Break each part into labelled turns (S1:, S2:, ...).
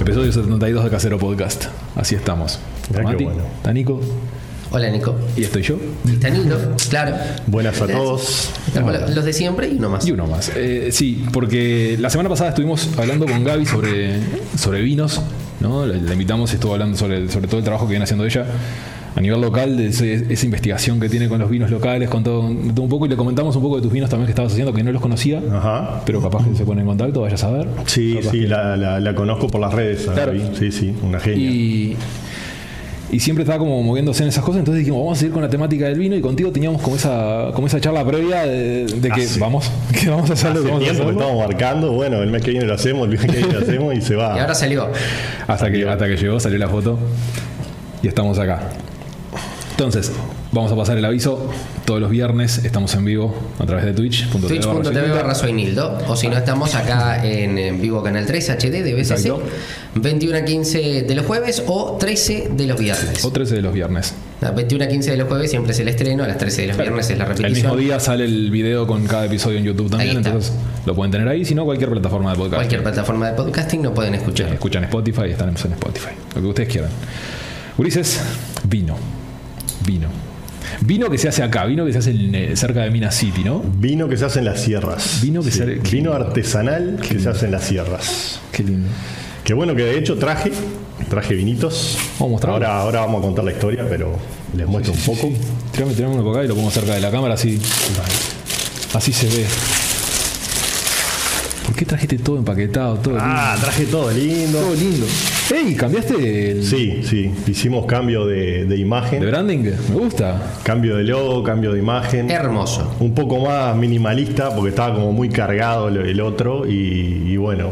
S1: Episodio 72 de Casero Podcast. Así estamos.
S2: Ya, qué
S1: Mati,
S2: bueno.
S1: está Nico
S3: Hola Nico.
S1: y estoy yo.
S3: Y está Nilo, claro.
S2: Buenas a todos.
S3: Tal cual, Los de siempre y uno más.
S1: Y uno más. Eh, sí, porque la semana pasada estuvimos hablando con Gaby sobre, sobre vinos, ¿no? La, la invitamos y estuvo hablando sobre, el- sobre todo el trabajo que viene haciendo ella a nivel local, de ese- esa investigación que tiene con los vinos locales, con todo, de todo un poco, y le comentamos un poco de tus vinos también que estabas haciendo, que no los conocía,
S2: Ajá.
S1: pero capaz que se pone en contacto, vaya a saber.
S2: Sí, sí, la, la- la conozco por las redes. a
S1: Claro.
S2: Gaby. Sí, sí, una genia.
S1: Y, y siempre estaba como moviéndose en esas cosas, entonces dijimos, vamos a seguir con la temática del vino y contigo teníamos como esa, como esa charla previa de, de que
S2: Ah, sí.
S1: vamos, que vamos a hacerlo,
S2: Hace
S1: que vamos a
S2: tiempo que
S1: hacerlo.
S2: estamos marcando, bueno, el mes que viene lo hacemos, el mes que viene lo hacemos y se
S3: Y
S2: va.
S3: ahora salió.
S1: Hasta que, hasta que llegó, salió la foto y estamos acá. Entonces, vamos a pasar el aviso. Todos los viernes estamos en vivo a través de Twitch.tv.
S3: Twitch.tv barra soy Nildo. O si no, estamos acá en, en vivo Canal 3 HD de BCC.
S1: Exacto.
S3: 21 a 15 de los jueves o 13 de los viernes.
S1: O 13 de los viernes.
S3: La 21 a 15 de los jueves siempre es el estreno, a las 13 de los viernes es la
S1: El
S3: repetición.
S1: mismo día sale el video con cada episodio en YouTube también,
S3: Ahí está.
S1: entonces lo pueden tener ahí, si no cualquier plataforma de podcast.
S3: Cualquier plataforma de podcasting lo pueden escuchar.
S1: Escuchan Spotify y están en Spotify. Lo que ustedes quieran. Ulises, vino. Vino. Vino que se hace acá, vino que se hace en, eh, cerca de Minas City, ¿no?
S2: Vino que se hace en las sierras.
S1: Vino que se-
S2: Vino artesanal que se hace en las sierras.
S1: Qué lindo.
S2: Qué bueno que de hecho traje, traje vinitos.
S1: Vamos a mostrarlo.
S2: ahora, ahora vamos a contar la historia, pero les muestro un poco.
S1: Tirame, tirame uno por acá y lo pongo cerca de la cámara, así, así se ve. ¿Por qué trajiste todo empaquetado? Todo
S2: Ah, traje todo lindo.
S1: lindo. Todo lindo. ¡Ey! ¿Cambiaste el
S2: Sí, sí, hicimos cambio de, de
S1: de
S2: imagen,
S1: branding? Me gusta.
S2: cambio de logo, cambio de imagen.
S3: Hermoso.
S2: un poco más minimalista porque estaba como muy cargado lo- el otro y, y bueno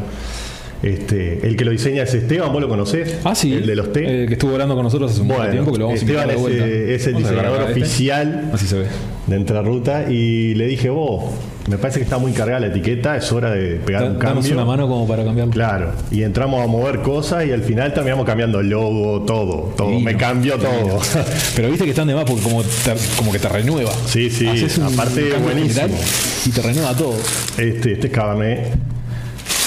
S2: este el que lo diseña es Esteban vos lo conocés
S1: Ah, sí.
S2: el de los té
S1: eh, que estuvo hablando con nosotros hace un
S2: Bueno,
S1: tiempo que lo vamos
S2: Esteban
S1: a invitar de
S2: es,
S1: vuelta.
S2: eh, es el
S1: Vamos a sacar
S2: diseñador
S1: acá este.
S2: oficial
S1: Así se ve.
S2: de Entrerruta y le dije vos me parece que está muy cargada la etiqueta es hora de pegar
S1: Da-
S2: un
S1: Danos
S2: cambio
S1: una mano como para cambiarlo.
S2: Claro, y entramos a mover cosas y al final terminamos cambiando el logo, todo, todo.
S1: Divino,
S2: me cambió todo.
S1: Pero viste que están de más porque como, te, como que te renueva.
S2: Sí, sí,
S1: Haces un
S2: aparte
S1: cambio
S2: buenísimo.
S1: general Y te renueva todo.
S2: Este, este es Cabernet,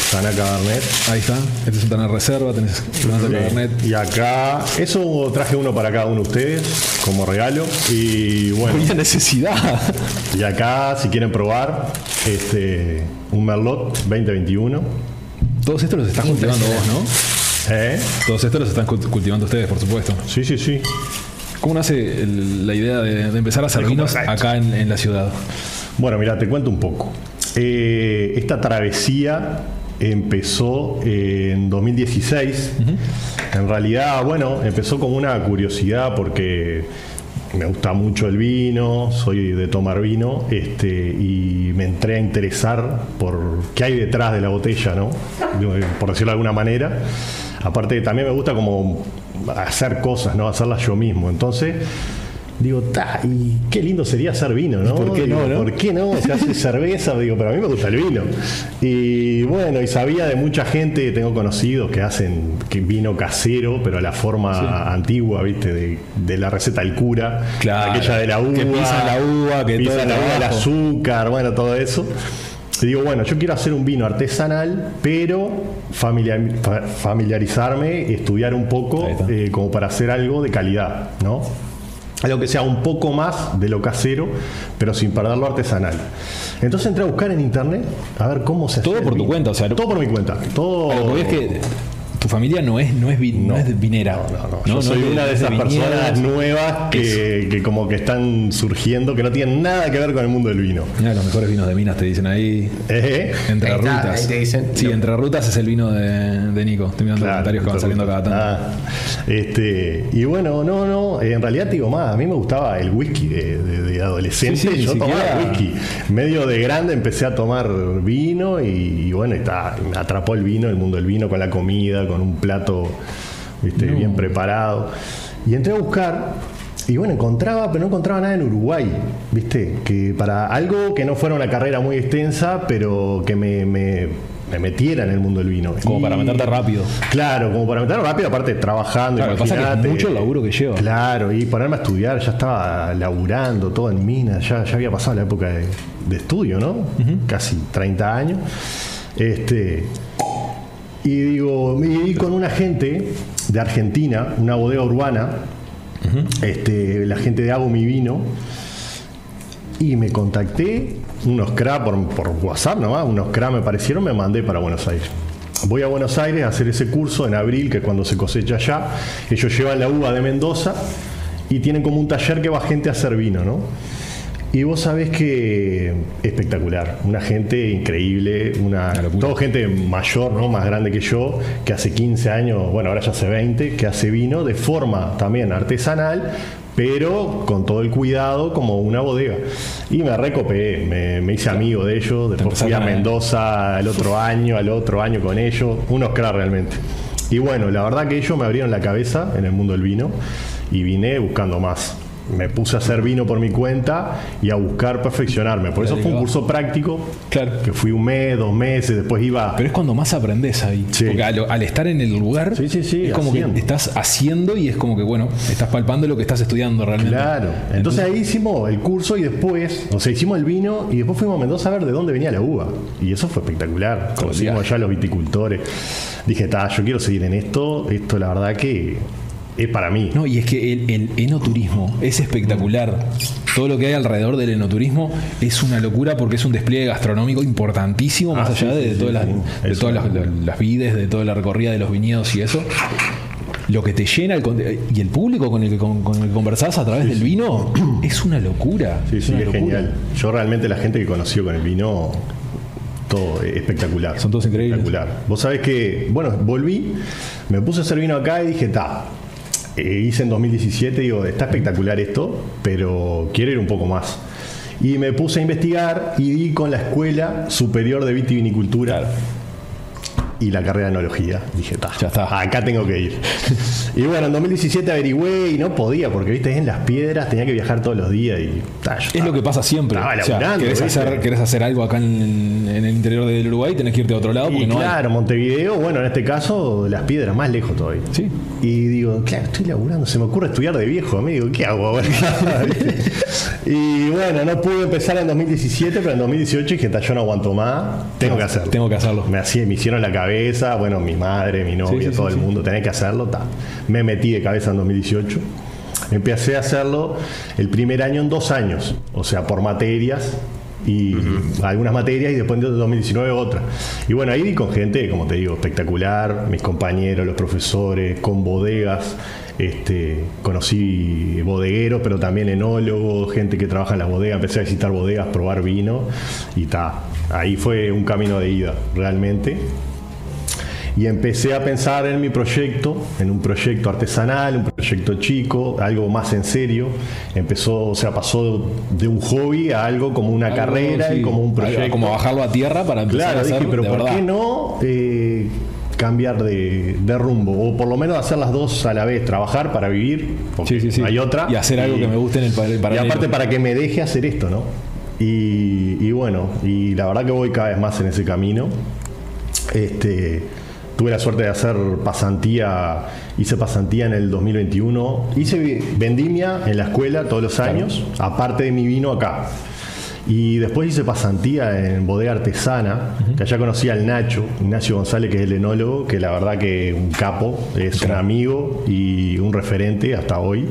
S2: Sana Cabernet.
S1: Ahí está. Este es un Tanar Reserva, tenés Fernando
S2: Sí.
S1: Cabernet.
S2: Y acá, eso traje uno para cada uno de ustedes como regalo. Y bueno,
S1: Había necesidad.
S2: y acá si quieren probar, este, un Merlot 2021.
S1: Todos estos los estás cultivando vos, ¿no?
S2: ¿Eh?
S1: Todos estos los están cult- cultivando ustedes, por supuesto.
S2: Sí, sí, sí.
S1: ¿Cómo nace el- la idea de, de empezar a hacer vinos acá en, en la ciudad?
S2: Bueno, mira, te cuento un poco. Eh, esta travesía empezó eh, en 2016. En realidad, bueno, empezó como una curiosidad porque me gusta mucho el vino, soy de tomar vino, este, y me entré a interesar por qué hay detrás de la botella, ¿no? De- Por decirlo de alguna manera. Aparte, también me gusta como hacer cosas, ¿no? Hacerlas yo mismo. Entonces, digo, ta, y qué lindo sería hacer vino, ¿no?
S1: por qué no,
S2: Digo,
S1: no?
S2: ¿Por qué no? Se hace cerveza, digo, pero a mí me gusta el vino. Y bueno, y sabía de mucha gente, tengo conocidos que hacen que vino casero, pero a la forma antigua, ¿viste? De, de la receta del cura,
S1: Claro.
S2: aquella de la uva,
S1: Que pisan la uva, que todo
S2: pisan la
S1: el
S2: uva, el
S1: trabajo.
S2: azúcar, bueno, todo eso. Y digo, bueno, yo quiero hacer un vino artesanal, pero familiar- fa- familiarizarme, estudiar un poco
S1: Ahí está.
S2: eh, como para hacer algo de calidad, ¿no? Algo que sea un poco más de lo casero, pero sin perder lo artesanal. Entonces entré a buscar en internet a ver cómo se hace
S1: Todo
S2: el
S1: por tu
S2: vino.
S1: cuenta, o sea, lo-
S2: Todo por mi cuenta. Todo.
S1: A lo que voy es que tu familia no es, no es, vin- no
S2: No.
S1: es vinera.
S2: No, no, no.
S1: No,
S2: Yo
S1: no
S2: soy
S1: es
S2: una de
S1: es
S2: esas
S1: viñedos.
S2: personas nuevas que, que como que están surgiendo, que no tienen nada que ver con el mundo del vino.
S1: Mirá, los mejores vinos de Minas te dicen ahí.
S2: Eh,
S1: Entre
S3: Ahí está,
S1: rutas.
S3: ahí te dicen.
S1: Sí, entre rutas es el vino de, de Nico. Estoy mirando los
S2: Claro,
S1: comentarios que van saliendo cada tanto.
S2: Ah, este, y bueno, no, no, en realidad te digo más, a mí me gustaba el whisky de, de- de adolescente,
S1: Sí, sí, ni
S2: yo tomaba
S1: siquiera-
S2: whisky. Medio de grande empecé a tomar vino y, y bueno, está, me atrapó el vino, el mundo del vino, con la comida, con un plato ¿viste? bien preparado. Y entré a buscar. Y bueno, encontraba, pero no encontraba nada en Uruguay, ¿viste? Que para algo que no fuera una carrera muy extensa, pero que me, me- me metiera en el mundo del vino.
S1: Como
S2: Y-
S1: para meterte rápido.
S2: Claro, como para meterme rápido, aparte trabajando.
S1: Claro, lo que pasa es que es
S2: imagínate.
S1: mucho el laburo que lleva.
S2: Claro, y ponerme a estudiar, ya estaba laburando todo en minas, ya, ya había pasado la época de, de estudio, ¿no? Casi 30 años. Este, y digo, me di con una gente de Argentina, una bodega urbana, este, la gente de Hago Mi Vino, y me contacté, unos CRA por, por WhatsApp nomás, unos CRA me parecieron, me mandé para Buenos Aires. Voy a Buenos Aires a hacer ese curso en abril, que es cuando se cosecha allá. Ellos llevan la uva de Mendoza y tienen como un taller que va gente a hacer vino, ¿no? Y vos sabés que espectacular, una gente increíble, una,
S1: Una locura.
S2: todo gente mayor, ¿no? más grande que yo, que hace 15 años, bueno, ahora ya hace 20, que hace vino de forma también artesanal, pero con todo el cuidado como una bodega. Y me recopé, me, me hice amigo de ellos, después fui a
S1: empezaron a-
S2: Mendoza al otro año, al otro año con ellos, unos crack realmente. Y bueno, la verdad que ellos me abrieron la cabeza en el mundo del vino y vine buscando más. Me puse a hacer vino por mi cuenta y a buscar perfeccionarme. Por eso fue un curso práctico,
S1: Claro.
S2: que fui un mes, dos meses, después iba
S1: Pero es cuando más aprendes ahí.
S2: Sí.
S1: Porque al, al estar en el lugar,
S2: Sí, sí, sí,
S1: es como
S2: haciendo.
S1: que estás haciendo y es como que, bueno, estás palpando lo que estás estudiando realmente.
S2: Claro. Entonces, ahí hicimos el curso y después, o sea, hicimos el vino y después fuimos a Mendoza a ver de dónde venía la uva. Y eso fue espectacular. Conocimos
S1: viaje.
S2: allá a los viticultores. Dije, ta, yo quiero seguir en esto. Esto, la verdad, que es para mí.
S1: No, y es que el, el enoturismo es espectacular. Todo lo que hay alrededor del enoturismo es una locura porque es un despliegue gastronómico importantísimo, más
S2: Ah, sí,
S1: allá de,
S2: sí, sí,
S1: todas,
S2: sí.
S1: las, de
S2: Eso.
S1: todas las, las vides, de toda la recorrida de los viñedos y eso. Lo que te llena el conte- y el público con el que, con, con el que conversás a través del vino es una locura.
S2: Sí,
S1: es
S2: sí,
S1: una
S2: es
S1: locura.
S2: genial. Yo realmente la gente que conoció con el vino, todo eh, espectacular.
S1: Son todos increíbles.
S2: Espectacular. Vos sabés que, bueno, volví, me puse a hacer vino acá y dije, ta, eh, hice en 2017, digo, está espectacular esto, pero quiero ir un poco más. Y me puse a investigar y di con la Escuela Superior de Vitivinicultura y la carrera de enología. Dije, "Ta,
S1: Ya está.
S2: acá tengo que ir. y bueno, en 2017 averigüé y no podía, porque viste, en las piedras tenía que viajar todos los días y ta, yo
S1: Es
S2: estaba-
S1: lo que pasa siempre.
S2: Estaba
S1: O sea,
S2: laburando,
S1: querés,
S2: ¿viste?
S1: hacer, querés hacer algo acá en, en el interior del Uruguay, tenés que irte a otro lado porque
S2: Y
S1: no hay.
S2: claro, Montevideo, bueno, en este caso, las piedras, más lejos todavía.
S1: Sí.
S2: Y digo, claro, estoy laburando, se me ocurre estudiar de viejo, amigo, ¿qué hago ahora? y bueno, no pude empezar en 2017, pero en 2018 dije, "Ta, yo no aguanto más, tengo que hacerlo.
S1: Tengo que hacerlo.
S2: Me, hacía, me hicieron la cabeza, bueno, mi madre, mi novia,
S1: Sí, sí,
S2: todo
S1: sí,
S2: el
S1: sí.
S2: mundo, tenés que hacerlo, ta. Me metí de cabeza en 2018. Empecé a hacerlo el primer año en dos años, o sea, por materias y algunas materias y después de 2019 otra. Y bueno, ahí di con gente, como te digo, espectacular, mis compañeros, los profesores, con bodegas, este, conocí bodegueros, pero también enólogos, gente que trabaja en las bodegas, empecé a visitar bodegas, probar vino y ta. Ahí fue un camino de ida, realmente y empecé a pensar en mi proyecto, en un proyecto artesanal, un proyecto chico, algo más en serio. Empezó, o sea, pasó de un hobby a algo como una
S1: Algo,
S2: carrera
S1: sí,
S2: y como un proyecto.
S1: algo Como bajarlo a tierra para empezar a
S2: Claro,
S1: hacer
S2: dije, pero
S1: de
S2: ¿por
S1: verdad.
S2: qué no eh, cambiar de, de rumbo? O por lo menos hacer las dos a la vez, trabajar para vivir, porque
S1: Sí, sí, sí.
S2: hay otra.
S1: Y hacer algo que me guste en el par- el
S2: Y
S1: paralelo.
S2: aparte para que me deje hacer esto, ¿no? Y, y bueno, y la verdad que voy cada vez más en ese camino. Este, tuve la suerte de hacer pasantía, hice pasantía en el 2021, hice vi- vendimia en la escuela todos los años, aparte de mi vino acá. Y después hice pasantía en Bodega Artesana, que allá conocí al Nacho, Ignacio González, que es el enólogo, que la verdad que un capo, es un amigo y un referente hasta hoy,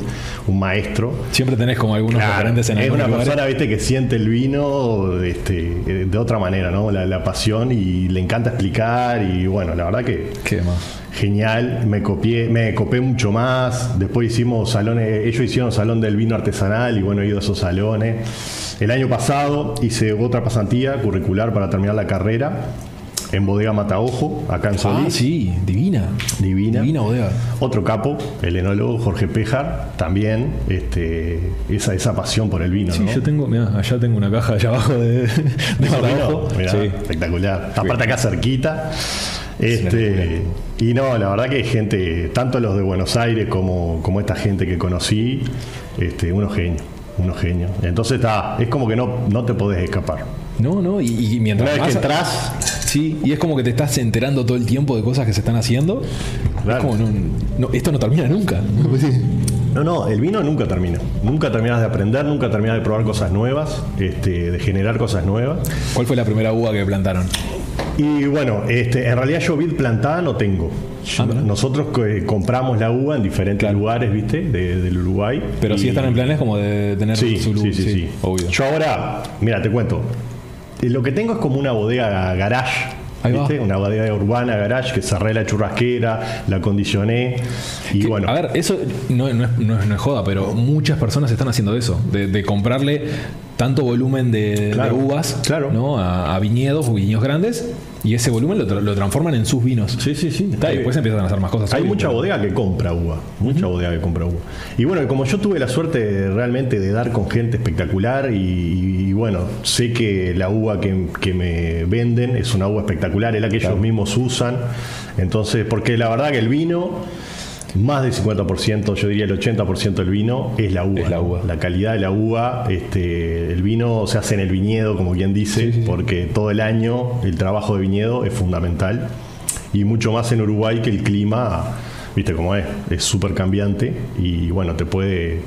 S2: un maestro.
S1: Siempre tenés como algunos
S2: Claro,
S1: referentes en
S2: es
S1: algunos
S2: una
S1: lugares.
S2: persona viste que siente el vino este, eh, de otra manera no la, la pasión y le encanta explicar y bueno la verdad que
S1: ¿Qué más?
S2: genial me copié me copé mucho más después hicimos salones eh, ellos hicieron salón del vino artesanal y bueno he ido a esos salones el año pasado hice otra pasantía curricular para terminar la carrera en bodega Mataojo acá en Solís
S1: Ah, sí, divina.
S2: Divina.
S1: Divina bodega.
S2: otro capo, el enólogo Jorge Pejar, también este, esa, esa pasión por el vino.
S1: Sí,
S2: ¿no?
S1: yo tengo, mirá, allá tengo una caja allá abajo de, de trabajo.
S2: Mirá,
S1: Sí.
S2: espectacular. Aparte acá cerquita. Este, y no, la verdad que hay gente, tanto los de Buenos Aires como, como esta gente que conocí, este, unos genios, unos genios. Entonces está, es como que no, no te podés escapar.
S1: No, no, y, y mientras
S2: Una vez que
S1: más-
S2: entras,
S1: Sí, y es como que te estás enterando todo el tiempo de cosas que se están haciendo.
S2: Claro.
S1: Es como, no, no, esto no termina nunca.
S2: No, no, el vino nunca termina. Nunca terminas de aprender, nunca terminas de probar cosas nuevas, este, de generar cosas nuevas.
S1: ¿Cuál fue la primera uva que plantaron?
S2: Y bueno, este, en realidad yo vid plantada no tengo.
S1: Ah, mirá.
S2: Nosotros eh, compramos la uva en diferentes
S1: Claro.
S2: lugares, ¿viste? De- del Uruguay.
S1: Pero sí
S2: Y-
S1: están en planes como de tener
S2: Sí,
S1: su
S2: sí, sí, sí.
S1: obvio.
S2: Yo ahora, mira, te cuento. Eh, Lo que tengo es como una bodega garage.
S1: Ahí va.
S2: ¿viste? Una bodega urbana garage que cerré la churrasquera, la acondicioné. Y
S1: Que,
S2: bueno,
S1: A ver, eso no, no es, no es- no es joda, pero muchas personas están haciendo eso, de, de comprarle tanto volumen de,
S2: Claro,
S1: de uvas
S2: claro.
S1: ¿no? a, a viñedos o viñedos grandes, y ese volumen lo, tra- lo transforman en sus vinos.
S2: sí, sí, sí.
S1: Está, y después empiezan a hacer más cosas.
S2: Hay
S1: obvio,
S2: mucha
S1: pero-
S2: bodega que compra uva, mucha bodega que compra uva. Y bueno, como yo tuve la suerte de- realmente de dar con gente espectacular y, y- y bueno, sé que la uva que, que me venden es una uva espectacular, es la que ellos mismos usan. Entonces, porque la verdad que el vino, más del 50%, yo diría el 80% del vino es la uva.
S1: Es la
S2: ¿no?
S1: uva.
S2: La calidad de la uva, este, el vino se hace en el viñedo, como quien dice, porque todo el año el trabajo de viñedo es fundamental. Y mucho más en Uruguay que el clima, viste cómo es, es súper cambiante y bueno, te puede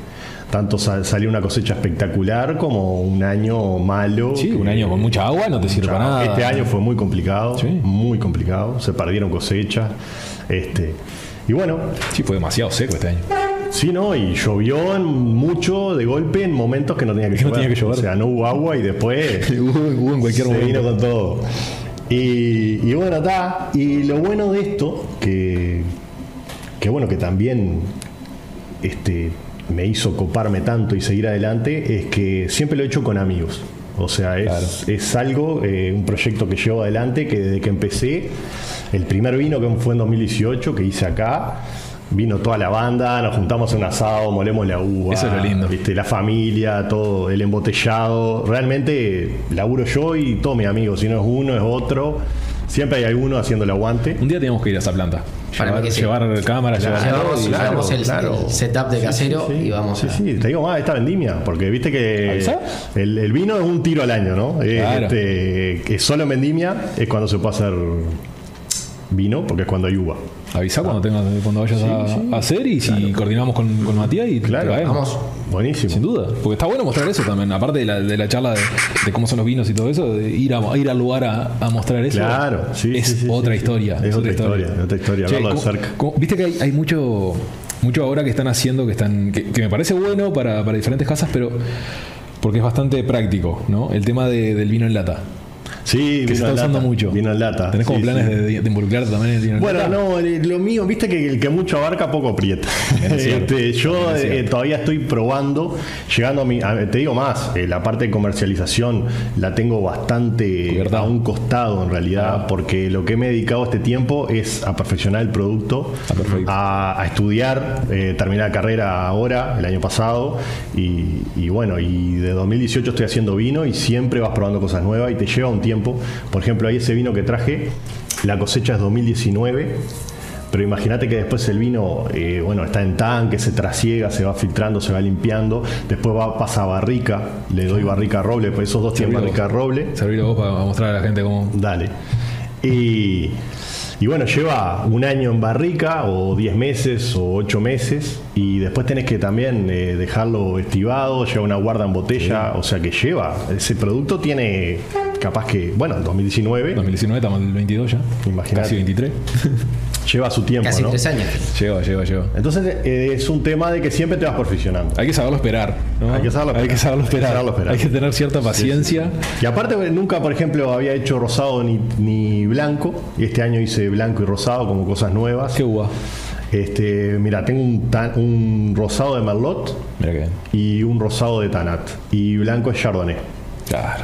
S2: tanto sa- salir una cosecha espectacular como un año malo.
S1: Sí,
S2: que-
S1: un año con mucha agua no te sirve para nada.
S2: este año fue muy complicado,
S1: Sí.
S2: muy complicado, se perdieron cosechas. Este, y bueno,
S1: Sí, fue demasiado seco este año.
S2: Sí, no, y llovió en- mucho de golpe en momentos que no tenía que,
S1: no
S2: llover.
S1: tenía que llover.
S2: O sea, no hubo agua y después
S1: Hubo en cualquier
S2: se
S1: momento.
S2: vino con todo. Y, y bueno, está. Y lo bueno de esto, que, que bueno, que también este, me hizo coparme tanto y seguir adelante, es que siempre lo he hecho con amigos. O sea, es,
S1: Claro.
S2: es algo, eh, un proyecto que llevo adelante, que desde que empecé, el primer vino que fue en 2018, que hice acá, vino toda la banda, nos juntamos en un asado, molemos la uva.
S1: Eso es lo lindo.
S2: ¿viste? Este, la familia, todo, el embotellado. Realmente laburo yo y todo mi amigo, si no es uno, es otro. Siempre hay alguno haciendo el aguante.
S1: Un día teníamos que ir a esa planta.
S3: Para mí
S1: Llevar,
S3: que sí.
S1: llevar cámaras,
S2: Claro,
S1: llevar todo
S3: Llevamos,
S1: y-
S2: claro,
S3: llevamos el,
S2: claro.
S3: el setup de casero y vamos
S2: Sí,
S3: a-
S2: sí, te digo ah, más, esta vendimia, porque viste que
S1: ¿Avisa?
S2: el, el vino es un tiro al año, ¿no? Es,
S1: Claro.
S2: este, que solo en vendimia es cuando se puede hacer vino, porque es cuando hay uva.
S1: Avisa cuando, tengas- cuando vayas a, a hacer y si coordinamos con, con Matías y
S2: Claro,
S1: traemos.
S3: Vamos.
S2: Buenísimo.
S1: Sin duda, porque está bueno mostrar eso también, aparte de la, de la charla de, de cómo son los vinos y todo eso, de ir, a, ir al lugar a, a mostrar eso.
S2: Claro, sí,
S1: es
S2: sí, sí,
S1: otra
S2: sí, sí.
S1: historia.
S2: Es otra historia, es otra historia, verlo de
S1: ¿cómo-
S2: cerca.
S1: cómo- Viste que hay, hay mucho, mucho ahora que están haciendo, que están que, que me parece bueno para, para diferentes casas, pero porque es bastante práctico, ¿no? El tema de- del vino en lata.
S2: Sí,
S1: Que se
S2: vino
S1: está
S2: en
S1: usando
S2: lata,
S1: mucho.
S2: Vino en lata.
S1: ¿Tenés como
S2: sí,
S1: planes
S2: sí.
S1: de, de involucrarte también en el vino en
S2: Bueno,
S1: lata?
S2: no, eh, lo mío, viste que el que mucho abarca poco aprieta.
S1: Es cierto,
S2: Este, yo
S1: es
S2: eh,
S1: cierto.
S2: todavía estoy probando, llegando a mi. a- te digo más, eh, la parte de comercialización la tengo bastante
S1: Cubierta.
S2: a un costado en realidad,
S1: Ah.
S2: porque lo que me he dedicado este tiempo es a perfeccionar el producto,
S1: Ah, perfecto.
S2: a, a estudiar, eh, terminé la carrera ahora, el año pasado, y, y bueno, y de 2018 estoy haciendo vino y siempre vas probando cosas nuevas y te lleva un tiempo. Por ejemplo, ahí ese vino que traje, la cosecha es 2019. Pero imagínate que después el vino, eh, bueno, está en tanque, se trasiega, se va filtrando, se va limpiando, después va, pasa a barrica, le doy barrica a roble, pues esos dos tienen
S1: Servilo.
S2: barrica a roble.
S1: Servir a vos para mostrar a la gente cómo.
S2: Dale. Y, y bueno, lleva un año en barrica, o 10 meses, o 8 meses, y después tenés que también eh, dejarlo estivado, lleva una guarda en botella, o sea que lleva. Ese producto tiene, capaz que, bueno, en 2019
S1: 2019, estamos en el 22 ya.
S2: Imagínate.
S1: Casi 23.
S2: lleva su tiempo,
S3: casi
S2: ¿no?
S3: tres años.
S1: Lleva, lleva, lleva.
S2: Entonces eh, es un tema de que siempre te vas perfeccionando.
S1: Hay que saberlo esperar. ¿no?
S2: Hay que saberlo
S1: Hay
S2: esperar.
S1: que saberlo
S2: Hay que
S1: esperar.
S2: saberlo esperar.
S1: Hay que tener cierta paciencia.
S2: Y aparte nunca, por ejemplo, había hecho rosado ni, ni blanco, y este año hice blanco y rosado como cosas nuevas.
S1: Qué uva.
S2: Este, mira, tengo un, tan- un rosado de Merlot
S1: Mira que bien.
S2: y un rosado de Tanat. Y blanco es Chardonnay.
S1: Claro.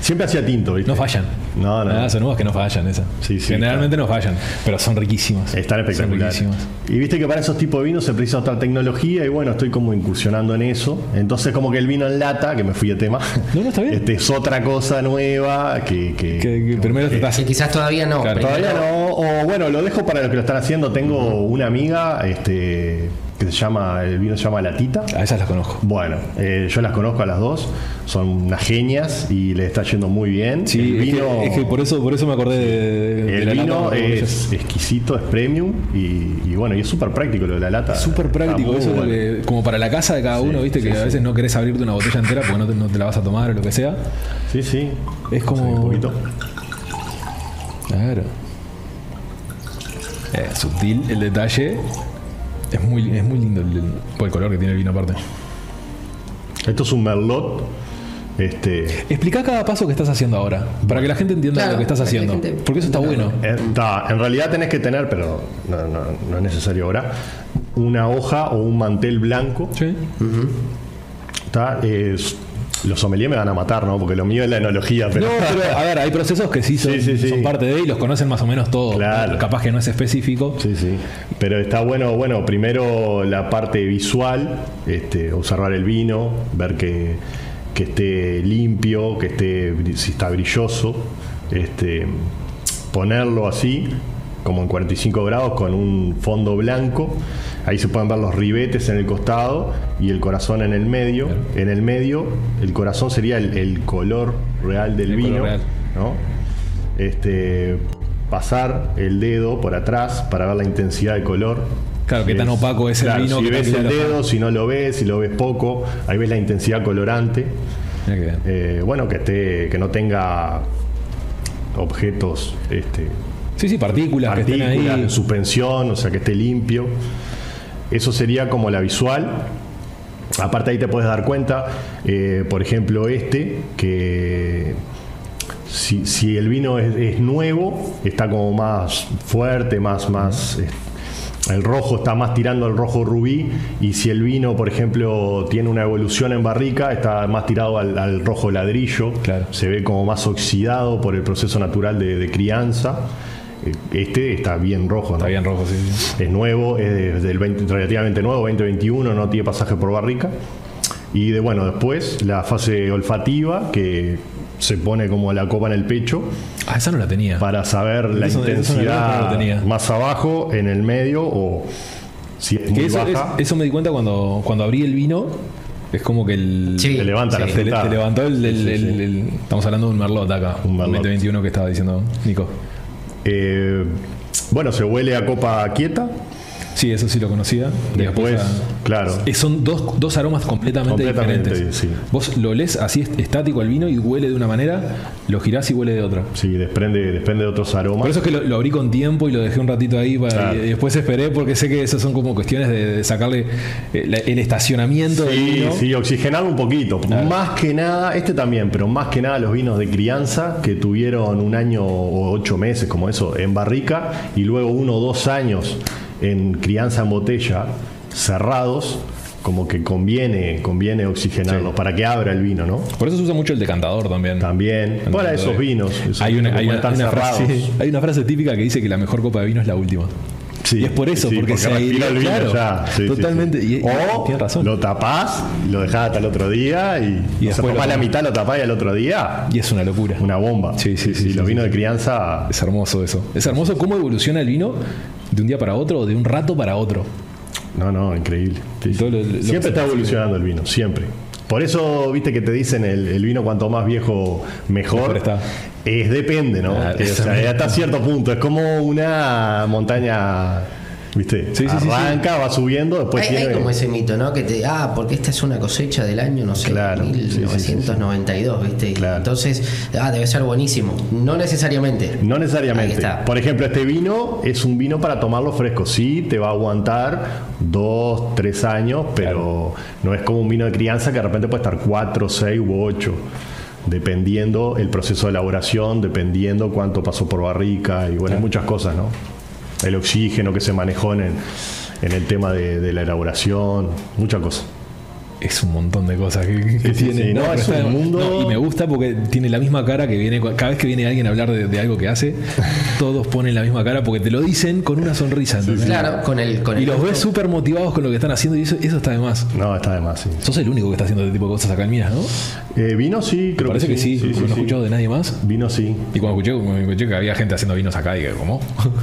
S2: Siempre hacía tinto, ¿viste?
S1: No fallan.
S2: No, no.
S1: Ah, son uvas que no fallan esas.
S2: Sí, sí,
S1: Generalmente no fallan, pero son riquísimas.
S2: Están espectaculares.
S1: Son riquísimas.
S2: Y viste que para esos tipos de vinos se precisa otra tecnología y bueno, estoy como incursionando en eso. Entonces como que el vino en lata, que me fui de tema,
S1: No, no, está bien.
S2: este, es otra cosa nueva que... que-
S1: Que- que primero te estás.
S3: Que quizás todavía no.
S1: Claro.
S3: primero-
S2: Todavía no, o bueno, lo dejo para los que lo están haciendo. Tengo una amiga este, que se llama, el vino se llama Latita.
S1: A esas las conozco.
S2: Bueno, eh, yo las conozco a las dos, son unas genias y les está yendo muy bien.
S1: Sí,
S2: el
S1: es que-
S2: vino,
S1: es que, por eso por eso me acordé de, de
S2: el
S1: la lata
S2: vino
S1: con botellas.
S2: es exquisito, es premium y, y bueno, y es súper práctico lo de la lata.
S1: Súper práctico,
S2: Está
S1: eso
S2: muy
S1: es lo
S2: bueno.
S1: que- como para la casa de cada uno, viste, que a veces no querés abrirte una botella entera porque no te, no te la vas a tomar o lo que sea.
S2: Sí, sí.
S1: Es como-
S2: Sí, un poquito.
S1: Claro. Eh, sutil el detalle. Es muy, es muy lindo el, el- por el color que tiene el vino aparte.
S2: Esto es un merlot. Este,
S1: Explica cada paso que estás haciendo ahora, para que la gente entienda
S3: Claro,
S1: lo que estás
S3: para que la
S1: haciendo.
S3: gente-
S1: Porque eso está bueno.
S2: Está, en realidad tenés que tener, pero no, no- no es necesario ahora, una hoja o un mantel blanco.
S1: Sí.
S2: Está, es- los sommeliers me van a matar, ¿no? Porque lo mío es la enología, pero.
S1: No, pero a ver, hay procesos que sí son,
S2: Sí, sí, sí.
S1: son parte de y los conocen más o menos todos.
S2: Claro.
S1: Capaz que no es específico.
S2: Sí, sí. Pero está bueno, bueno, primero la parte visual, este, observar el vino, ver que, que esté limpio, que esté bri- si está brilloso, este, ponerlo así, como en 45 grados, con un fondo blanco. Ahí se pueden ver los ribetes en el costado y el corazón en el medio. En el medio, el corazón sería el, el color real del
S1: El color
S2: vino.
S1: real.
S2: ¿no? Este, pasar el dedo por atrás para ver la intensidad del color.
S1: Claro, qué tan opaco es el
S2: claro,
S1: vino,
S2: Si
S1: qué tan
S2: ves el
S1: claro está.
S2: dedo, si no lo ves, si lo ves poco, ahí ves la intensidad colorante.
S1: Mirá qué bien.
S2: Eh, bueno, que esté, que no tenga objetos, este,
S1: Sí, sí, partículas, que
S2: partículas,
S1: estén ahí.
S2: en suspensión, o sea, que esté limpio. Eso sería como la visual. Aparte ahí te puedes dar cuenta, eh, por ejemplo, este, que si, si el vino es, es nuevo, está como más fuerte, más, más. eh, el rojo está más tirando al rojo rubí. Y si el vino, por ejemplo, tiene una evolución en barrica, está más tirado al, al rojo ladrillo.
S1: Claro.
S2: Se ve como más oxidado por el proceso natural de, de crianza. Eh, Este está bien rojo, ¿no?
S1: Está bien rojo, sí. sí.
S2: Es nuevo, es del 20 relativamente nuevo, 2021, no tiene pasaje por barrica. Y de bueno, después la fase olfativa, que se pone como la copa en el pecho
S1: Ah, esa no la tenía.
S2: para saber la
S1: Eso- eso es una verdad que no
S2: intensidad
S1: lo tenía.
S2: más abajo, en el medio o si es
S1: Que
S2: muy
S1: eso,
S2: baja.
S1: es- eso me di cuenta cuando, cuando abrí el vino. Es como que el.
S3: Sí.
S2: te levanta
S3: Sí,
S2: la
S1: Te, le-
S2: fletada.
S1: te levantó el, el-
S2: Sí, sí,
S1: el-
S2: sí.
S1: el- Estamos hablando de un Merlot acá.
S2: Un Merlot.
S1: 2021 que estaba diciendo Nico.
S2: Eh, bueno, se huele a copa quieta.
S1: Sí, eso sí lo conocía. Y
S2: Después,
S1: a-
S2: claro.
S1: Eh, Son dos, dos aromas completamente,
S2: Completamente,
S1: diferentes.
S2: sí.
S1: Vos lo lees así est- estático al vino y huele de una manera, lo girás y huele de otra.
S2: Sí, desprende, desprende de otros aromas.
S1: Por eso es que lo, lo abrí con tiempo y lo dejé un ratito ahí para-
S2: Claro.
S1: y, y después esperé porque sé que esas son como cuestiones de, de sacarle eh, la- el estacionamiento del
S2: Sí,
S1: vino.
S2: sí, oxigenado un poquito. Más que nada, este también, pero más que nada los vinos de crianza que tuvieron un año o ocho meses, como eso, en barrica y luego uno o dos años en crianza en botella, cerrados, como que conviene, conviene oxigenarlos para que abra el vino, ¿no?
S1: Por eso se usa mucho el decantador también.
S2: También.
S1: Entonces,
S2: Para esos
S1: eh,
S2: vinos. esos
S1: hay una,
S2: como
S1: hay una-
S2: están
S1: una frase,
S2: cerrados.
S1: hay una frase típica que dice que la mejor copa de vino es la última.
S2: Sí,
S1: y es por eso,
S2: sí,
S1: porque, se
S2: respira
S1: aire-
S2: el vino
S1: claro,
S2: ya. Sí, sí,
S1: totalmente.
S2: sí.
S1: Y,
S2: o
S1: tienes razón.
S2: lo tapás, lo dejás hasta el otro día y,
S1: Y
S2: o sea,
S1: después lo
S2: tomás la
S1: tomás.
S2: mitad, lo tapás y al otro día
S1: y es una locura.
S2: una bomba.
S1: Sí, sí, sí, sí,
S2: los
S1: sí,
S2: vinos de crianza
S1: Es hermoso eso. Es hermoso cómo evoluciona el vino de un día para otro o de un rato para otro.
S2: No, no, increíble. Sí, sí.
S1: Todo lo- lo que
S2: siempre está
S1: se-
S2: evolucionando el vino, siempre. Por eso, viste que te dicen el, el vino cuanto más viejo, mejor.
S1: Mejor está.
S2: Es depende, ¿no?
S1: Ah,
S2: Eh, o
S1: eso
S2: sea,
S1: mismo.
S2: hasta cierto punto. Es como una montaña, viste,
S1: Sí, sí, sí, sí.
S2: arranca, va subiendo,
S1: Pues
S2: después
S3: hay, hay
S2: tiene.
S3: como ese mito, ¿no? Que te, ah, porque esta es una cosecha del año, no sé,
S2: Claro, sí, sí, sí,
S3: 1992, ¿viste? Y
S2: Claro.
S3: Entonces, ah, debe ser buenísimo. No necesariamente.
S2: No necesariamente.
S3: Ahí está.
S2: Por ejemplo, este vino es un vino para tomarlo fresco. Sí, te va a aguantar dos, tres años, pero no es como un vino de crianza que de repente puede estar cuatro, seis u ocho. Dependiendo el proceso de elaboración, dependiendo cuánto pasó por barrica y bueno, hay muchas cosas, ¿no? El oxígeno que se manejó en, el- en el tema de, de la elaboración, muchas cosas.
S1: es un montón de cosas que, que
S2: Sí, sí,
S1: tiene.
S2: sí. No,
S1: pero
S2: es
S1: está-
S2: un mundo-
S1: no, y me gusta porque tiene la misma cara que viene. cu- Cada vez que viene alguien a hablar de, de algo que hace, todos ponen la misma cara porque te lo dicen con una sonrisa. ¿entendés?
S3: Claro, con el. Con el
S1: Y los ves súper motivados con lo que están haciendo y eso, eso está de más.
S2: No, está de más, sí.
S1: Sos el único que está haciendo este tipo de cosas acá en Minas, ¿no?
S2: Eh, vino sí, creo
S1: Parece que sí, porque no he escuchado de nadie más.
S2: Vino sí.
S1: Y cuando escuché, cuando escuché que había gente haciendo vinos acá, dije, ¿cómo?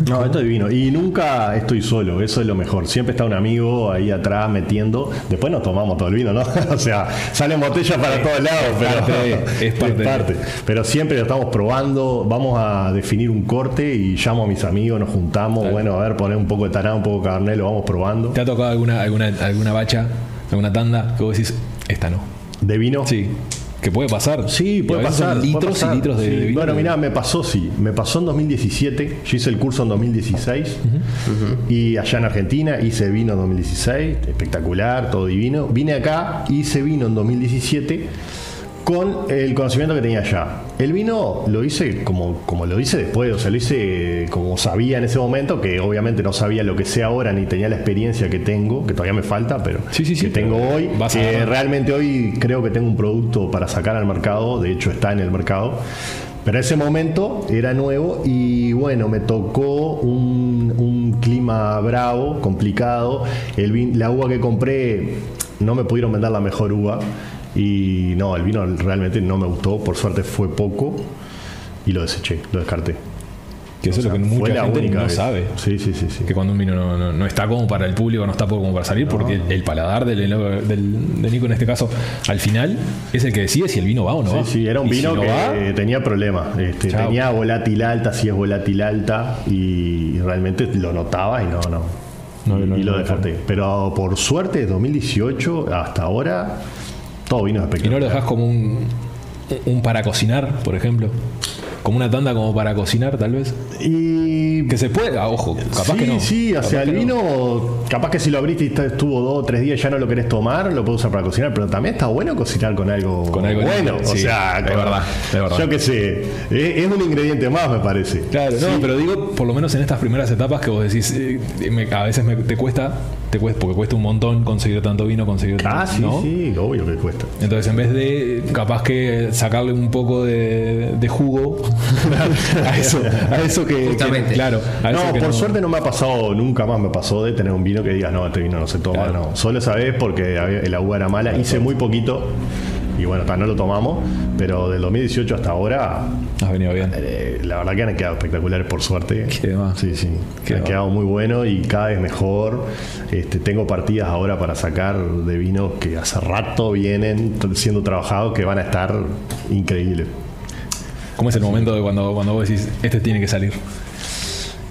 S2: No, esto es divino. Y nunca estoy solo, eso es lo mejor. Siempre está un amigo ahí atrás metiendo. Después nos tomamos todo el vino, ¿no? o sea, salen botellas para todos lados, pero
S1: parte, es parte.
S2: Pero siempre lo estamos probando. Vamos a definir un corte y llamo a mis amigos, nos juntamos. Bueno, a ver, poner un poco de taná, un poco de cabernet, lo vamos probando.
S1: ¿Te ha tocado alguna, alguna, alguna bacha, alguna tanda que vos decís, esta no?
S2: De vino.
S1: Sí. Que puede pasar.
S2: Sí,
S1: Y a
S2: puede
S1: veces son
S2: pasar. puede
S1: litros
S2: pasar.
S1: y litros de,
S2: Sí.
S1: de vino.
S2: Bueno, mirá, me pasó, sí. Me pasó en 2017. Yo hice el curso en 2016. Y allá en Argentina hice vino en 2016. Espectacular, todo divino. Vine acá, hice vino en 2017 con el conocimiento que tenía allá. El vino lo hice como, como lo hice después, o sea, lo hice como sabía en ese momento, que obviamente no sabía lo que sé ahora ni tenía la experiencia que tengo, que todavía me falta, pero
S1: Sí, sí, sí,
S2: que tengo
S1: pero
S2: hoy,
S1: vas a
S2: que
S1: agarrar.
S2: realmente hoy creo que tengo un producto para sacar al mercado, de hecho está en el mercado, pero en ese momento era nuevo y bueno, me tocó un, un clima bravo, complicado, el vin- la uva que compré no me pudieron vender la mejor uva y no, el vino realmente no me gustó, por suerte fue poco y lo deseché, lo descarté.
S1: que eso
S2: O sea,
S1: es lo que
S2: fue
S1: mucha
S2: la
S1: gente
S2: única
S1: no
S2: vez.
S1: sabe.
S2: Sí, sí, sí, sí.
S1: Que cuando un vino no, no- no está como para el público, no está como para salir, porque el, el paladar del, del- de Nico en este caso, al final, es el que decide si el vino va o no va.
S2: Sí, sí, era un
S1: Y si
S2: vino
S1: no
S2: que
S1: va,
S2: eh, tenía problemas. Este,
S1: Chao.
S2: tenía volátil alta, si es volátil alta, y realmente lo notaba y no, no.
S1: No,
S2: y,
S1: no,
S2: y lo
S1: no,
S2: descarté. Pero por suerte, desde 2018 hasta ahora, todo vino
S1: Y no
S2: espectacular.
S1: lo dejas como un, un para cocinar, por ejemplo. Como una tanda como para cocinar, tal vez.
S2: Y
S1: Que se puede, ah, ojo, capaz
S2: sí,
S1: que no.
S2: Sí, o
S1: Capaz
S2: sea, el
S1: que no.
S2: vino, capaz que si lo abriste y está- estuvo dos o tres días y ya no lo querés tomar, lo puedes usar para cocinar, pero también está bueno cocinar con algo,
S1: Con algo
S2: bueno.
S1: lindo,
S2: o
S1: sí,
S2: sea,
S1: es
S2: con-
S1: verdad, es verdad.
S2: Yo qué sé, es, es un ingrediente más, me parece.
S1: Claro, no, pero digo, por lo menos en estas primeras etapas que vos decís, eh, me- a veces me- te cuesta, te cuesta, porque cuesta un montón conseguir tanto vino, conseguir
S2: Ah, sí,
S1: ¿no?
S2: sí, obvio que cuesta.
S1: Entonces, en vez de capaz que sacarle un poco de, de jugo a eso, a eso que- que,
S3: Justamente.
S1: claro, a eso
S2: No,
S1: que
S2: por suerte no me ha pasado, nunca más me pasó de tener un vino que digas, no, este vino no se toma,
S1: Claro.
S2: no. Solo esa vez porque había- la uva era mala, hice muy poquito y bueno, hasta no lo tomamos, pero del 2018 hasta ahora,
S1: has venido bien.
S2: eh, la verdad que han quedado espectaculares por suerte.
S1: Qué más.
S2: Sí, sí,
S1: Qué
S2: han
S1: va.
S2: quedado muy bueno y cada vez mejor. Este, tengo partidas ahora para sacar de vinos que hace rato vienen t- siendo trabajados que van a estar increíbles.
S1: ¿Cómo es el momento de cuando, cuando vos decís, este tiene que salir?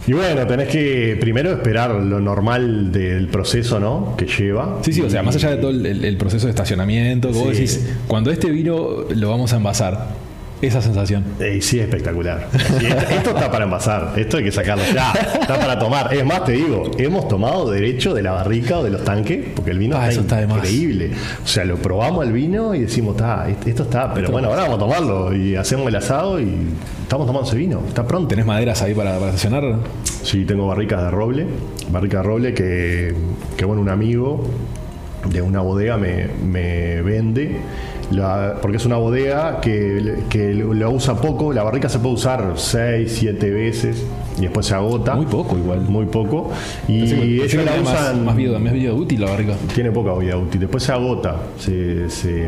S2: Y bueno, tenés que primero esperar lo normal del proceso, ¿no? Que lleva.
S1: Sí, sí, o sea, más allá de todo el, el- el proceso de estacionamiento, que vos
S2: Sí.
S1: decís, cuando este vino lo vamos a envasar, esa sensación.
S2: Eh, sí, es espectacular. Sí, esto, esto está para envasar, esto hay que sacarlo ya, está para tomar. Es más, te digo, hemos tomado derecho de la barrica o de los tanques, porque el vino
S1: Ah, eso está de más.
S2: increíble. O sea, lo probamos al vino y decimos, está, est- esto está, pero bueno, ahora vamos a tomarlo y hacemos el asado y estamos tomando ese vino, está pronto.
S1: ¿Tenés maderas ahí para, para estacionar?
S2: Sí, tengo barricas de roble. Barrica de roble que, que, bueno, un amigo de una bodega me, me vende. la- porque es una bodega que, que la usa poco. La barrica se puede usar 6, 7 veces y después se agota.
S1: Muy poco igual.
S2: Muy poco. Y
S1: Pensé que-
S2: ellos
S1: pensé que
S2: la
S1: tenía más-
S2: usan.
S1: Más, vida, más vida útil la barriga.
S2: Tiene poca vida útil. Después se agota. Se, se-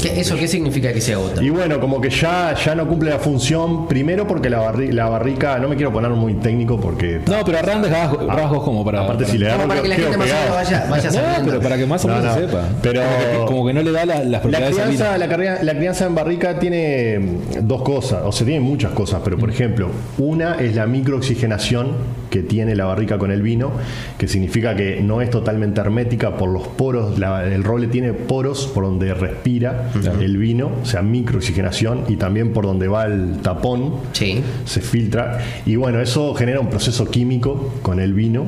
S3: ¿Qué- ¿Eso qué significa que se agota?
S2: y bueno, como que ya, ya no cumple la función. Primero porque la, barri- la barrica. No me quiero poner muy técnico porque.
S1: No, no, pero a grandes rasgos, rasgos como para.
S2: Aparte,
S1: para-
S2: si le
S3: Como
S2: damos
S3: para que la
S2: quedo
S3: gente más o menos
S2: pegado.
S3: vaya, vaya
S1: No,
S3: sabiendo.
S1: pero para que más o
S2: No,
S1: menos
S2: no.
S1: se sepa.
S2: Pero-
S1: como que, como que no le da la- las
S2: La
S1: propiedades al vino.
S2: crianza, la, carri- la crianza en barrica tiene mm, dos cosas, o sea, tiene muchas cosas, pero por ejemplo, una es la microoxigenación que tiene la barrica con el vino, que significa que no es totalmente hermética por los poros, la- el roble tiene poros por donde respira el vino, o sea, microoxigenación, y también por donde va el tapón,
S3: Sí.
S2: se filtra. Y bueno, eso genera un proceso químico con el vino.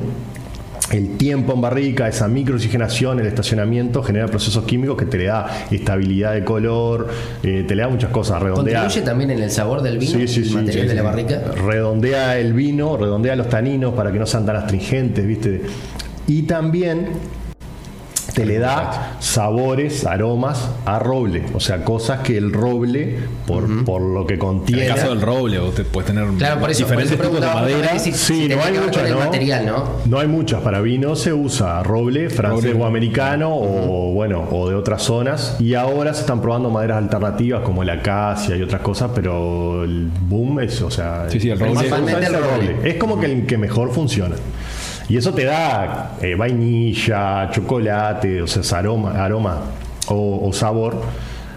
S2: El tiempo en barrica, esa microoxigenación, el estacionamiento, genera procesos químicos que te le da estabilidad de color, eh, te le da muchas cosas, redondea.
S3: ¿Contribuye también en el sabor del vino?
S2: Sí, sí,
S3: el
S2: sí,
S3: material
S2: sí,
S3: de la
S2: sí.
S3: barrica.
S2: Redondea el vino, redondea los taninos para que no sean tan astringentes, ¿viste? Y también te le da sabores, aromas a roble. O sea, cosas que el roble, por, por lo que
S1: En
S2: contiene.
S1: el caso del roble, vos te puedes tener
S3: Claro, por eso, por
S1: diferentes
S3: eso
S1: tipos de
S3: preguntaba
S1: madera.
S3: si,
S2: Sí,
S3: si
S2: no
S3: tenía
S2: hay
S3: que ver
S2: muchas,
S3: con el
S2: ¿no?
S3: material, ¿no?
S2: No hay muchas. Para vino se usa roble francés
S1: Roble.
S2: o americano o bueno o de otras zonas. Y ahora se están probando maderas alternativas como la acacia y otras cosas, pero el boom es, o sea,
S1: Sí, sí, el
S2: lo que más
S1: roble.
S2: se usa es el
S3: Principalmente el
S2: roble. Es como que el que mejor funciona. Y eso te da eh, vainilla, chocolate, o sea, es aroma, aroma o, o sabor.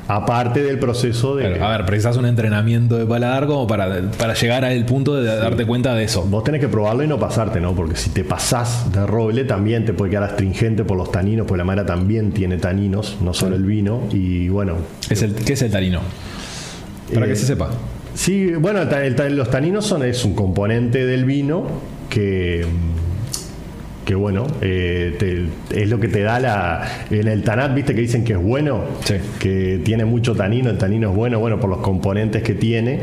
S2: Aparte del proceso de
S1: Claro, a ver, precisas un entrenamiento de paladar como para, para llegar al punto de darte cuenta de eso.
S2: Vos tenés que probarlo y no pasarte, ¿no? Porque si te pasás de roble también te puede quedar astringente por los taninos, porque la madera también tiene taninos, no solo el vino. Y bueno.
S1: Es el, ¿Qué es el tarino? Para
S2: eh,
S1: que se sepa.
S2: Sí, bueno, el ta- el ta- los taninos son es un componente del vino que. mm, Que bueno, eh, te- es lo que te da la. En el tanat, viste que dicen que es bueno,
S1: Sí.
S2: que tiene mucho tanino, el tanino es bueno, bueno, por los componentes que tiene.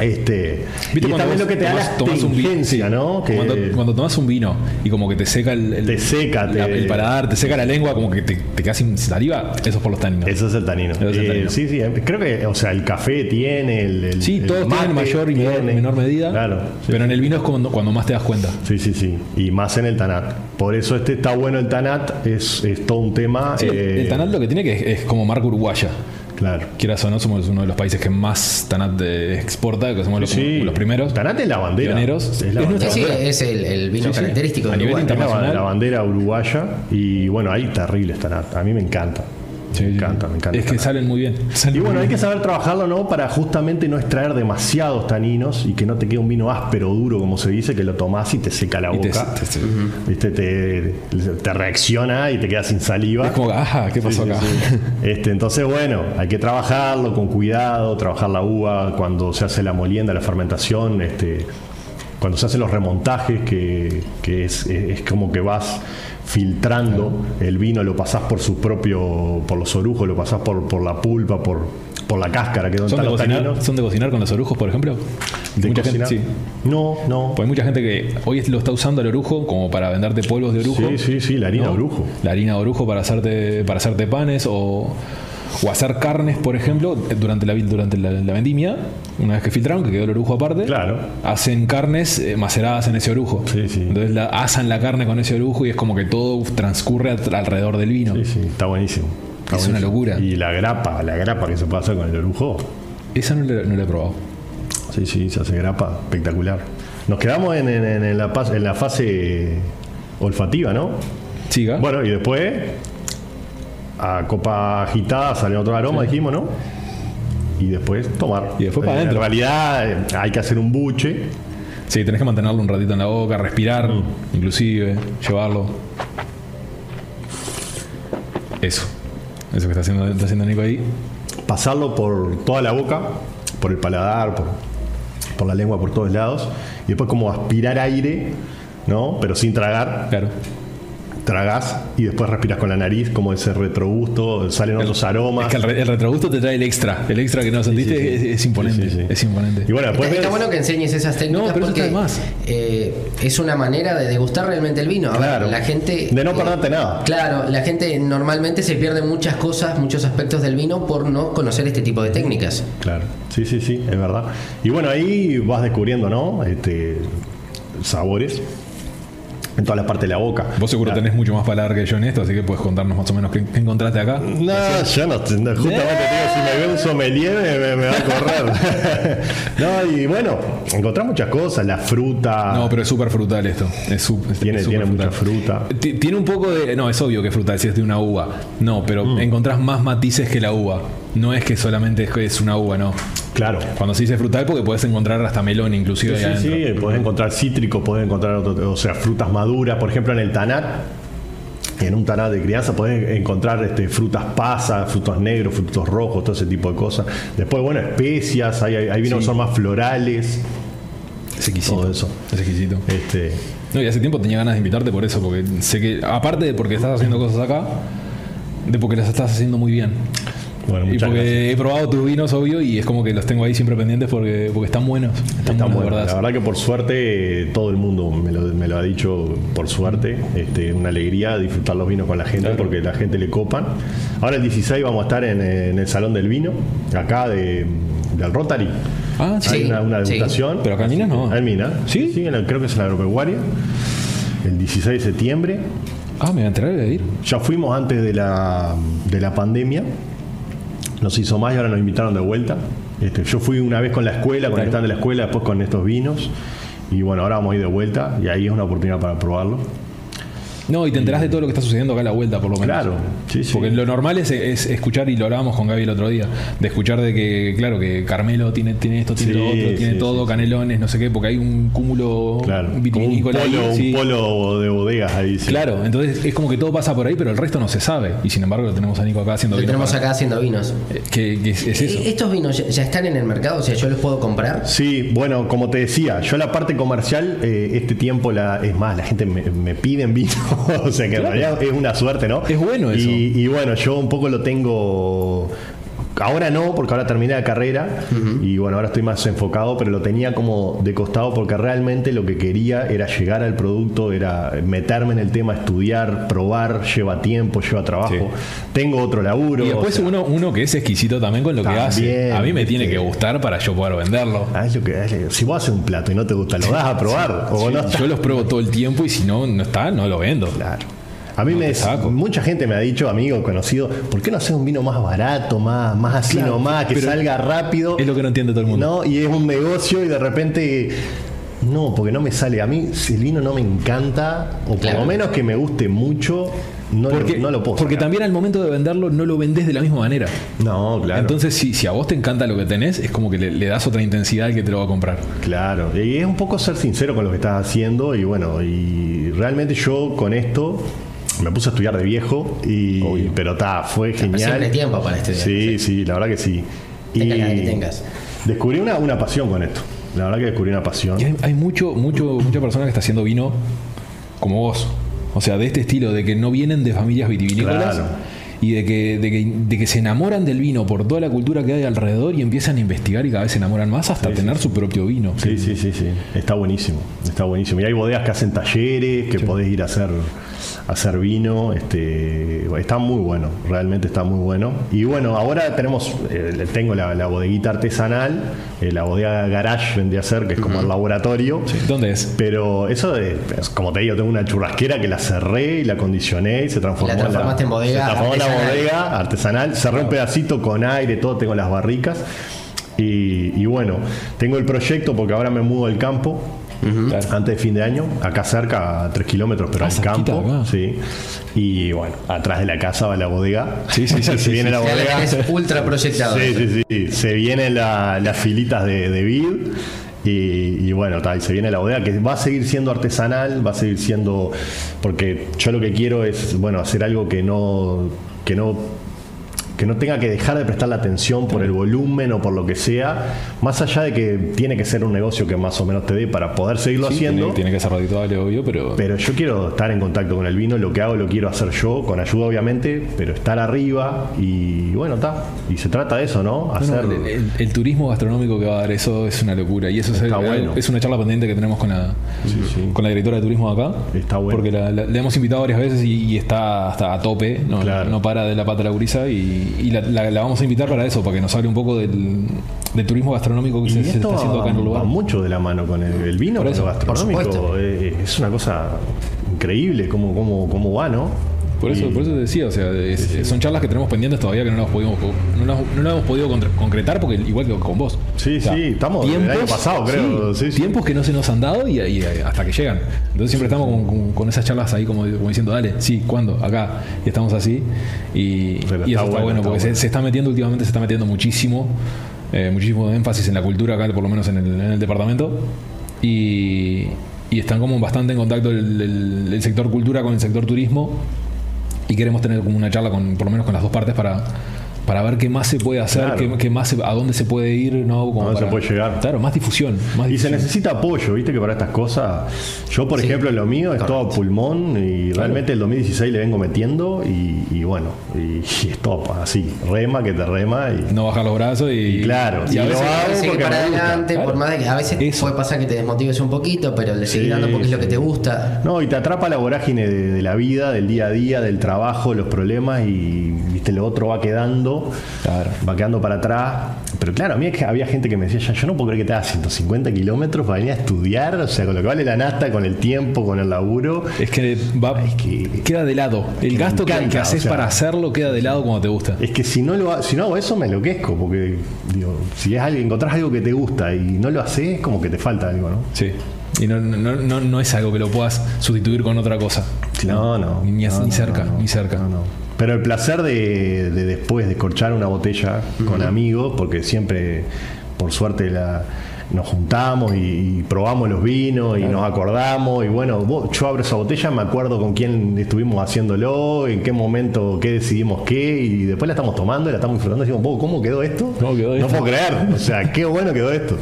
S2: Este. Y es
S1: cuando
S2: también
S1: vos
S2: lo que te da la
S1: vino? sí.
S2: astringencia, ¿no? Que-
S1: Cuando, cuando tomas un vino y como que te seca el, el-
S2: Te seca, te-
S1: la- el paladar, te seca la lengua, como que te, te quedas sin saliva, eso es por los taninos.
S2: Eso es el tanino.
S1: Eso es el
S2: Eh,
S1: tanino.
S2: sí, sí. em- Creo que, o sea, el café tiene, el. el-
S1: sí,
S2: el
S1: todos tienen
S2: mate
S1: mayor y menor,
S2: tiene.
S1: menor medida,
S2: Claro. Eh, sí.
S1: pero en el vino es cuando, cuando más te das cuenta.
S2: Sí, sí, sí. Y más en el tanat. Por eso este está bueno el tanat, es, es todo un tema.
S1: Sí,
S2: eh,
S1: el tanat lo que tiene que es, es como marca uruguaya.
S2: Claro.
S1: Quieras o no, somos uno de los países que más tanat eh, exporta, que somos los,
S2: Sí.
S1: los primeros.
S2: Tanat es la bandera.
S1: Pioneros.
S2: Es
S1: Es
S2: la
S3: Sí,
S2: bandera.
S1: nuestra-
S3: sí,
S1: Bueno.
S3: es el, el vino
S1: Sí, sí.
S3: característico
S1: A
S3: del
S1: nivel
S2: Es
S3: Uruguay.
S2: la ba-
S1: internacional.
S2: la bandera uruguaya. Y bueno, hay terribles tanat. A mí me encanta.
S1: Sí,
S2: me
S1: sí,
S2: encanta,
S1: sí.
S2: me encanta.
S1: Es
S2: el
S1: que
S2: tanat.
S1: salen muy bien. Salen
S2: Y bueno,
S1: muy
S2: hay
S1: bien.
S2: que saber trabajarlo, ¿no? Para justamente no extraer demasiados taninos y que no te quede un vino áspero, duro, como se dice, que lo tomás y te seca la
S1: Y te-
S2: boca.
S1: te- te-
S2: Viste, te, te reacciona y te quedas sin saliva.
S1: Es como, ajá, ¿qué pasó
S2: Sí, sí,
S1: acá?
S2: sí. Este, entonces, bueno, hay que trabajarlo con cuidado, trabajar la uva cuando se hace la molienda, la fermentación, este, cuando se hacen los remontajes, que, que es, es- es como que vas filtrando el vino, lo pasás por su propio, por los orujos, lo pasás por, por la pulpa, por, por la cáscara, que es donde
S1: ¿Son, de
S2: están los
S1: cocinar,
S2: taninos.
S1: ¿Son de cocinar con los orujos, por ejemplo?
S2: De
S1: Mucha gente-
S2: cocinar.
S1: sí.
S2: No, no.
S1: Pues hay mucha gente que hoy lo está usando el orujo como para venderte polvos de orujo.
S2: Sí, sí, sí, la harina
S1: ¿no?
S2: brujo.
S1: La harina de orujo para hacerte, para hacerte panes o, o hacer carnes, por ejemplo, durante la, durante la, la vendimia, una vez que filtraron, que quedó el orujo aparte,
S2: Claro.
S1: hacen carnes eh, maceradas en ese orujo.
S2: Sí, sí.
S1: Entonces la, asan la carne con ese orujo y es como que todo transcurre al- alrededor del vino.
S2: Sí, sí, está buenísimo. Está
S1: Es una
S2: buenísimo.
S1: locura.
S2: Y la grapa, la grapa que se puede hacer con el orujo.
S1: Esa no la, no la he probado.
S2: Sí, sí, se hace grapa, espectacular. Nos quedamos en, en- en- en la, pas- en la fase olfativa, ¿no?
S1: Siga.
S2: Bueno, y después a copa agitada sale otro aroma, dijimos, ¿no? Y después tomar.
S1: Y después para
S2: Eh,
S1: adentro.
S2: En realidad eh, hay que hacer un buche.
S1: Sí, tenés que mantenerlo un ratito en la boca, respirar,
S2: Mm.
S1: inclusive, llevarlo. Eso. Eso que está haciendo, está haciendo Nico ahí.
S2: pasarlo por toda la boca, por el paladar, por, por la lengua, por todos lados, y después como aspirar aire, ¿no? Pero sin tragar,
S1: Claro.
S2: tragás y después respiras con la nariz, como ese retrogusto, salen otros aromas.
S1: Es que el, re- el retrogusto te trae el extra. El extra que no sentiste
S2: sí, sí.
S1: Es, es imponente.
S2: Sí, sí, sí.
S1: Es imponente.
S2: y bueno, después
S3: Está, está
S2: ves-
S3: bueno que enseñes esas técnicas
S1: No, pero eso
S3: porque
S1: está de más.
S3: eh, es una manera de degustar realmente el vino. A
S2: Claro.
S3: ver, la gente.
S2: De no
S3: eh,
S2: perderte nada.
S3: Claro, la gente normalmente se pierde muchas cosas, muchos aspectos del vino por no conocer este tipo de técnicas.
S2: Claro, sí, sí, sí, es verdad. Y bueno, ahí vas descubriendo, ¿no? Este, sabores en toda la parte de la boca.
S1: Vos seguro
S2: La-
S1: tenés mucho más palabra que yo en esto, así que puedes contarnos más o menos qué, qué encontraste acá.
S2: No, yo no, no, justamente te digo, si me veo un sommelier me, me- me va a correr. no, y bueno, encontrás muchas cosas, la fruta,
S1: No, pero es súper frutal esto. Es su- es-
S2: Ah. tiene,
S1: es súper
S2: tiene mucha
S1: frutal.
S2: fruta.
S1: Ti- Tiene un poco de. No, es obvio que es frutal si es de una uva. No, pero
S2: Mm.
S1: encontrás más matices que la uva. No es que solamente es- es una uva, no.
S2: Claro.
S1: Cuando se dice frutal, porque puedes encontrar hasta melón, inclusive
S2: Sí,
S1: ahí
S2: sí,
S1: adentro.
S2: sí, podés encontrar cítrico, podés encontrar otro- o sea, frutas maduras, por ejemplo en el tanat, en un tanat de crianza podés encontrar este, frutas pasas, frutos negros, frutos rojos, todo ese tipo de cosas. Después, bueno, especias, hay, hay, hay vinos que son más florales,
S1: Es exquisito.
S2: Todo eso.
S1: Es exquisito.
S2: este,
S1: No, y hace tiempo tenía ganas de invitarte por eso, porque sé que, aparte de porque estás haciendo cosas acá, de porque las estás haciendo muy bien.
S2: Bueno,
S1: Y
S2: muchas
S1: porque
S2: gracias.
S1: he probado tus vinos, obvio, y es como que los tengo ahí siempre pendientes porque, porque están buenos. Están,
S2: Está
S1: buenos,
S2: bueno,
S1: de
S2: la
S1: verdad.
S2: verdad que por suerte eh, todo el mundo me lo, me lo ha dicho, por suerte, este, una alegría disfrutar los vinos con la gente
S1: Claro.
S2: porque la gente le copan. Ahora el 16 vamos a estar en, eh, en el Salón del Vino, acá de, del Rotary.
S1: Ah, sí.
S2: Hay una, una
S3: sí.
S2: degustación.
S1: Pero acá en Minas no.
S2: Ah, En Minas.
S1: ¿Sí?
S2: en la- creo que es en la agropecuaria. El 16 de septiembre.
S1: Ah, me voy a enterar de ir.
S2: Ya fuimos antes de la, de la pandemia. Nos hizo más y ahora nos invitaron de vuelta. Este, yo fui una vez con la escuela, con el stand de la escuela, después con estos vinos. Y bueno, ahora vamos a ir de vuelta y ahí es una oportunidad para probarlo.
S1: No, y te enterás de todo lo que está sucediendo acá a la vuelta, por lo menos.
S2: Claro, sí, sí.
S1: Porque lo normal es, es escuchar, y lo hablábamos con Gaby el otro día, de escuchar de que, claro, que Carmelo tiene, tiene esto, tiene
S2: Sí,
S1: lo otro, tiene
S2: sí,
S1: todo,
S2: sí, sí.
S1: canelones, no sé qué, porque hay un cúmulo
S2: Claro. como un
S1: vitivinícola. ahí,
S2: polo, un
S1: sí.
S2: polo de bodegas ahí. sí.
S1: Claro, entonces es como que todo pasa por ahí, pero el resto no se sabe. Y sin embargo, lo tenemos a Nico acá haciendo
S3: Lo
S1: vino
S3: tenemos
S1: para-
S3: acá haciendo vinos.
S1: Eh, Que, que es, es eso.
S3: Eh, ¿Estos vinos ya- ya están en el mercado? O sea, ¿yo los puedo comprar?
S2: Sí, bueno, como te decía, yo la parte comercial, eh, este tiempo, la, es más, la gente me, me pide en vino, o sea que en realidad es una suerte, ¿no?
S1: Es bueno eso.
S2: Y, y bueno, yo un poco lo tengo... Ahora no, porque ahora terminé la carrera y bueno, ahora estoy más enfocado, pero lo tenía como de costado porque realmente lo que quería era llegar al producto, era meterme en el tema, estudiar, probar, lleva tiempo, lleva trabajo.
S1: Sí.
S2: Tengo otro laburo.
S1: y después
S2: o sea,
S1: uno, uno que es exquisito también con lo que
S2: También,
S1: hace. A mí me tiene
S2: viste.
S1: que gustar para yo poder venderlo.
S2: ah, es lo que- es lo- si vos haces un plato y no te gusta, lo das a probar o no
S1: Yo los pruebo todo el tiempo y si no, no está, no lo vendo.
S2: Claro. A mí me
S1: te saco.
S2: mucha gente me ha dicho, amigo, conocido, ¿por qué no hacer un vino más barato, más, más así
S1: Claro,
S2: nomás, que
S1: pero
S2: salga rápido?
S1: Es lo que no entiende todo el mundo.
S2: ¿no? Y es un negocio y de repente. No, porque no me sale. A mí, si el vino no me encanta, o por
S3: Claro.
S2: lo menos que me guste mucho, no,
S1: Porque,
S2: lo, no lo puedo.
S1: porque
S2: sacar.
S1: también al momento de venderlo no lo vendés de la misma manera.
S2: No, claro.
S1: Entonces, si, si a vos te encanta lo que tenés, es como que le, le das otra intensidad al que te lo va a comprar.
S2: Claro, y es un poco ser sincero con lo que estás haciendo y bueno, y realmente yo con esto me puse a estudiar de viejo y pero está, fue genial.
S3: siempre hay tiempo para estudiar,
S2: Sí, sí, la verdad que sí.
S3: Tengas la que tengas.
S2: Descubrí una, una pasión con esto. La verdad que descubrí una pasión.
S1: Y hay, hay mucho, mucho, mucha persona que está haciendo vino como vos. O sea, de este estilo, de que no vienen de familias vitivinícolas.
S2: Claro.
S1: Y de que, de, que, de que se enamoran del vino por toda la cultura que hay alrededor y empiezan a investigar y cada vez se enamoran más hasta tener su propio vino.
S2: Sí, sí, sí, sí. Está buenísimo. Está buenísimo. Y hay bodegas que hacen talleres, que podés ir a hacer, a hacer vino. Este, está muy bueno, realmente está muy bueno. Y bueno, ahora tenemos, eh, tengo la, la bodeguita artesanal, eh, la bodega garage vendría a ser, que es como el laboratorio.
S1: ¿Dónde es?
S2: Pero eso, de- es como te digo, tengo una churrasquera que la cerré y la condicioné y se transformó
S3: La transformaste en bodega
S2: se transformó en la
S3: artesanal.
S2: bodega artesanal. Cerré un pedacito con aire, todo, tengo las barricas. Y, y bueno, tengo el proyecto porque ahora me mudo al campo.
S1: Claro.
S2: Antes de fin de año, acá cerca, a 3 kilómetros, pero
S1: Ah,
S2: al
S1: cerquita
S2: campo.
S1: acá.
S2: Sí. Y bueno, atrás de la casa va la bodega.
S1: Sí, sí, sí,
S2: Se
S1: sí,
S2: viene
S1: sí,
S2: la
S3: Ya la
S2: bodega.
S3: tenés ultra proyectado.
S2: Sí, sí, sí. Se vienen la- las filitas de, de vid. Y, y bueno, tal, se viene la bodega que va a seguir siendo artesanal, va a seguir siendo. Porque yo lo que quiero es, bueno, hacer algo que no. que no que no tenga que dejar de prestar la atención por el volumen o por lo que sea, más allá de que tiene que ser un negocio que más o menos te dé para poder seguirlo
S1: Sí,
S2: haciendo.
S1: Tiene, tiene que ser redituable, obvio, pero.
S2: Pero yo quiero estar en contacto con el vino, lo que hago lo quiero hacer yo, con ayuda obviamente, pero estar arriba y bueno, está. Y se trata de eso, ¿no?
S1: No, no,
S2: Hacer.
S1: el, el- el turismo gastronómico que va a dar eso es una locura. Y eso es,
S2: Está
S1: algo-
S2: bueno.
S1: es una charla pendiente que tenemos con la,
S2: sí.
S1: con la directora de turismo de acá.
S2: Está bueno.
S1: Porque la, la- la hemos invitado varias veces y, y está hasta a tope. No,
S2: Claro.
S1: no para de la pata la gurisa. Y, y la, la- la vamos a invitar para eso, para que nos hable un poco del, del turismo gastronómico que
S2: Y
S1: se, se
S2: esto
S1: está haciendo
S2: va-
S1: acá en el
S2: va
S1: lugar.
S2: mucho de la mano con el, el vino,
S1: Por
S2: con
S1: eso,
S2: lo
S3: por
S2: gastronómico.
S3: supuesto.
S2: Eh, Es una cosa increíble cómo, cómo, cómo va, ¿no?
S1: Por eso,
S2: Y-
S1: por eso te decía, o sea, es- son charlas que tenemos pendientes todavía que no las pudimos, no las, no las hemos podido contra- concretar porque igual que con vos.
S2: Sí, sí, estamos del año pasado, creo,
S1: sí,
S2: sí, sí.
S1: Tiempos que no se nos han dado y, y hasta que llegan. Entonces siempre estamos con, con- con esas charlas ahí como, como diciendo, dale, sí, ¿cuándo? Acá. Y estamos así. Y, y eso
S2: Pero
S1: está,
S2: está
S1: bueno,
S2: bueno, está
S1: porque se-
S2: bueno.
S1: Se, está metiendo últimamente, se está metiendo muchísimo, eh, muchísimo énfasis en la cultura acá, por lo menos en el, en el departamento. Y, y están como bastante en contacto el- el- el sector cultura con el sector turismo y queremos tener como una charla con por lo menos con las dos partes para para ver qué más se puede hacer,
S2: Claro.
S1: qué, qué más se- a dónde se puede ir, ¿no? Como
S2: ¿A dónde se
S1: para-
S2: puede llegar?
S1: Claro, más difusión. Más
S2: Y se
S1: difusión.
S2: necesita apoyo, viste que para estas cosas, yo por ejemplo lo mío es todo pulmón y realmente el 2016 le vengo metiendo y, y bueno, y, y es top, así, rema que te rema y
S1: No bajar los brazos y.
S2: Y claro,
S1: y a
S2: y
S1: veces-
S2: lo hago
S3: Parece que
S2: porque
S3: para
S2: me gusta,
S3: adelante,
S1: claro.
S3: por más de que a veces
S1: Eso.
S3: puede pasar que te desmotives un poquito, pero le seguir
S2: Sí,
S3: dando porque es lo que
S2: sí.
S3: te gusta.
S2: No, y te atrapa la vorágine de, de la vida, del día a día, del trabajo, los problemas y viste lo otro va quedando,
S1: Claro.
S2: va quedando para atrás. Pero claro, a mí es que había gente que me decía, ya, yo no puedo creer que te hagas 150 kilómetros para venir a estudiar, o sea, con lo que vale la nasta, con el tiempo, con el laburo.
S1: Es que va.
S2: Es que-
S1: queda de lado. El
S2: me
S1: gasto que- que,
S2: encanta,
S1: haces
S2: o sea.
S1: para hacerlo queda de lado cuando te gusta.
S2: Es que si no lo ha- si no hago eso me enloquezco, porque digo, si es algo, encontrás algo que te gusta y no lo haces, como que te falta algo, ¿no?
S1: Sí. Y no, no, no, no es algo que lo puedas sustituir con otra cosa.
S2: No, no.
S1: Ni- ni
S2: No,
S1: as- ni
S2: no,
S1: cerca,
S2: no, no.
S1: ni cerca.
S2: No, no. Pero el placer de, de después descorchar una botella con amigos, porque siempre, por suerte, la, nos juntamos y, y probamos los vinos y nos acordamos. Y bueno, vos- yo abro esa botella, me acuerdo con quién estuvimos haciéndolo, en qué momento, qué decidimos qué, y después la estamos tomando, y la estamos disfrutando. Y decimos, "Wow, ¿cómo quedó esto?
S1: ¿Cómo quedó
S2: no
S1: esto?
S2: puedo creer. O sea, qué bueno quedó esto.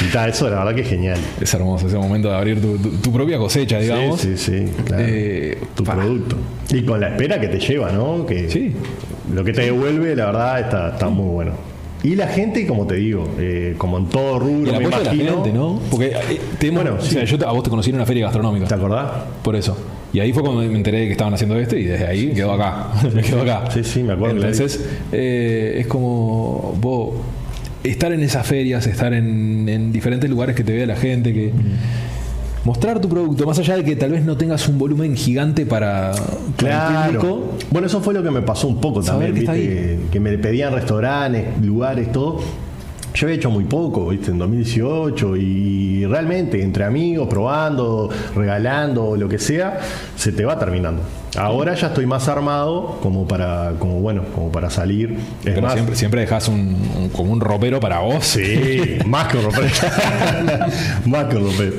S2: Y ta, eso la verdad que es genial.
S1: Es hermoso ese momento de abrir tu, tu- tu propia cosecha, digamos.
S2: Sí, sí, sí, claro.
S1: Eh,
S2: tu
S1: pa.
S2: producto. Y con la espera que te lleva, ¿no? Que
S1: Sí.
S2: Lo que te devuelve, la verdad, está, está muy bueno. Y la gente, como te digo, eh, como en todo
S1: Y
S2: rubro,
S1: el
S2: me
S1: apoyo de la
S2: imagino.
S1: gente, ¿no? Porque eh, te hemos-
S2: Bueno,
S1: o sea, yo te- a vos te conocí en una feria gastronómica.
S2: ¿Te acordás?
S1: Por eso. Y ahí fue cuando me enteré de que estaban haciendo esto y desde ahí quedó acá. me quedó acá.
S2: Sí, sí, me acuerdo que la
S1: Entonces, eh, es como vos estar en esas ferias, estar en, en diferentes lugares que te vea la gente, que.
S2: Mm.
S1: Mostrar tu producto, más allá de que tal vez no tengas un volumen gigante para, para el público,
S2: Claro. Bueno, eso fue lo que me pasó un poco
S1: Saber
S2: también,
S1: que
S2: ¿viste? Que me pedían restaurantes, lugares, todo. Yo había hecho muy poco, ¿viste? En 2018 y realmente entre amigos, probando, regalando, lo que sea, se te va terminando. Ahora ya estoy más armado como para, como bueno, como para salir. Es
S1: pero
S2: más,
S1: siempre, siempre dejas un, un- como un ropero para vos.
S2: Sí, más que un ropero. más que un ropero.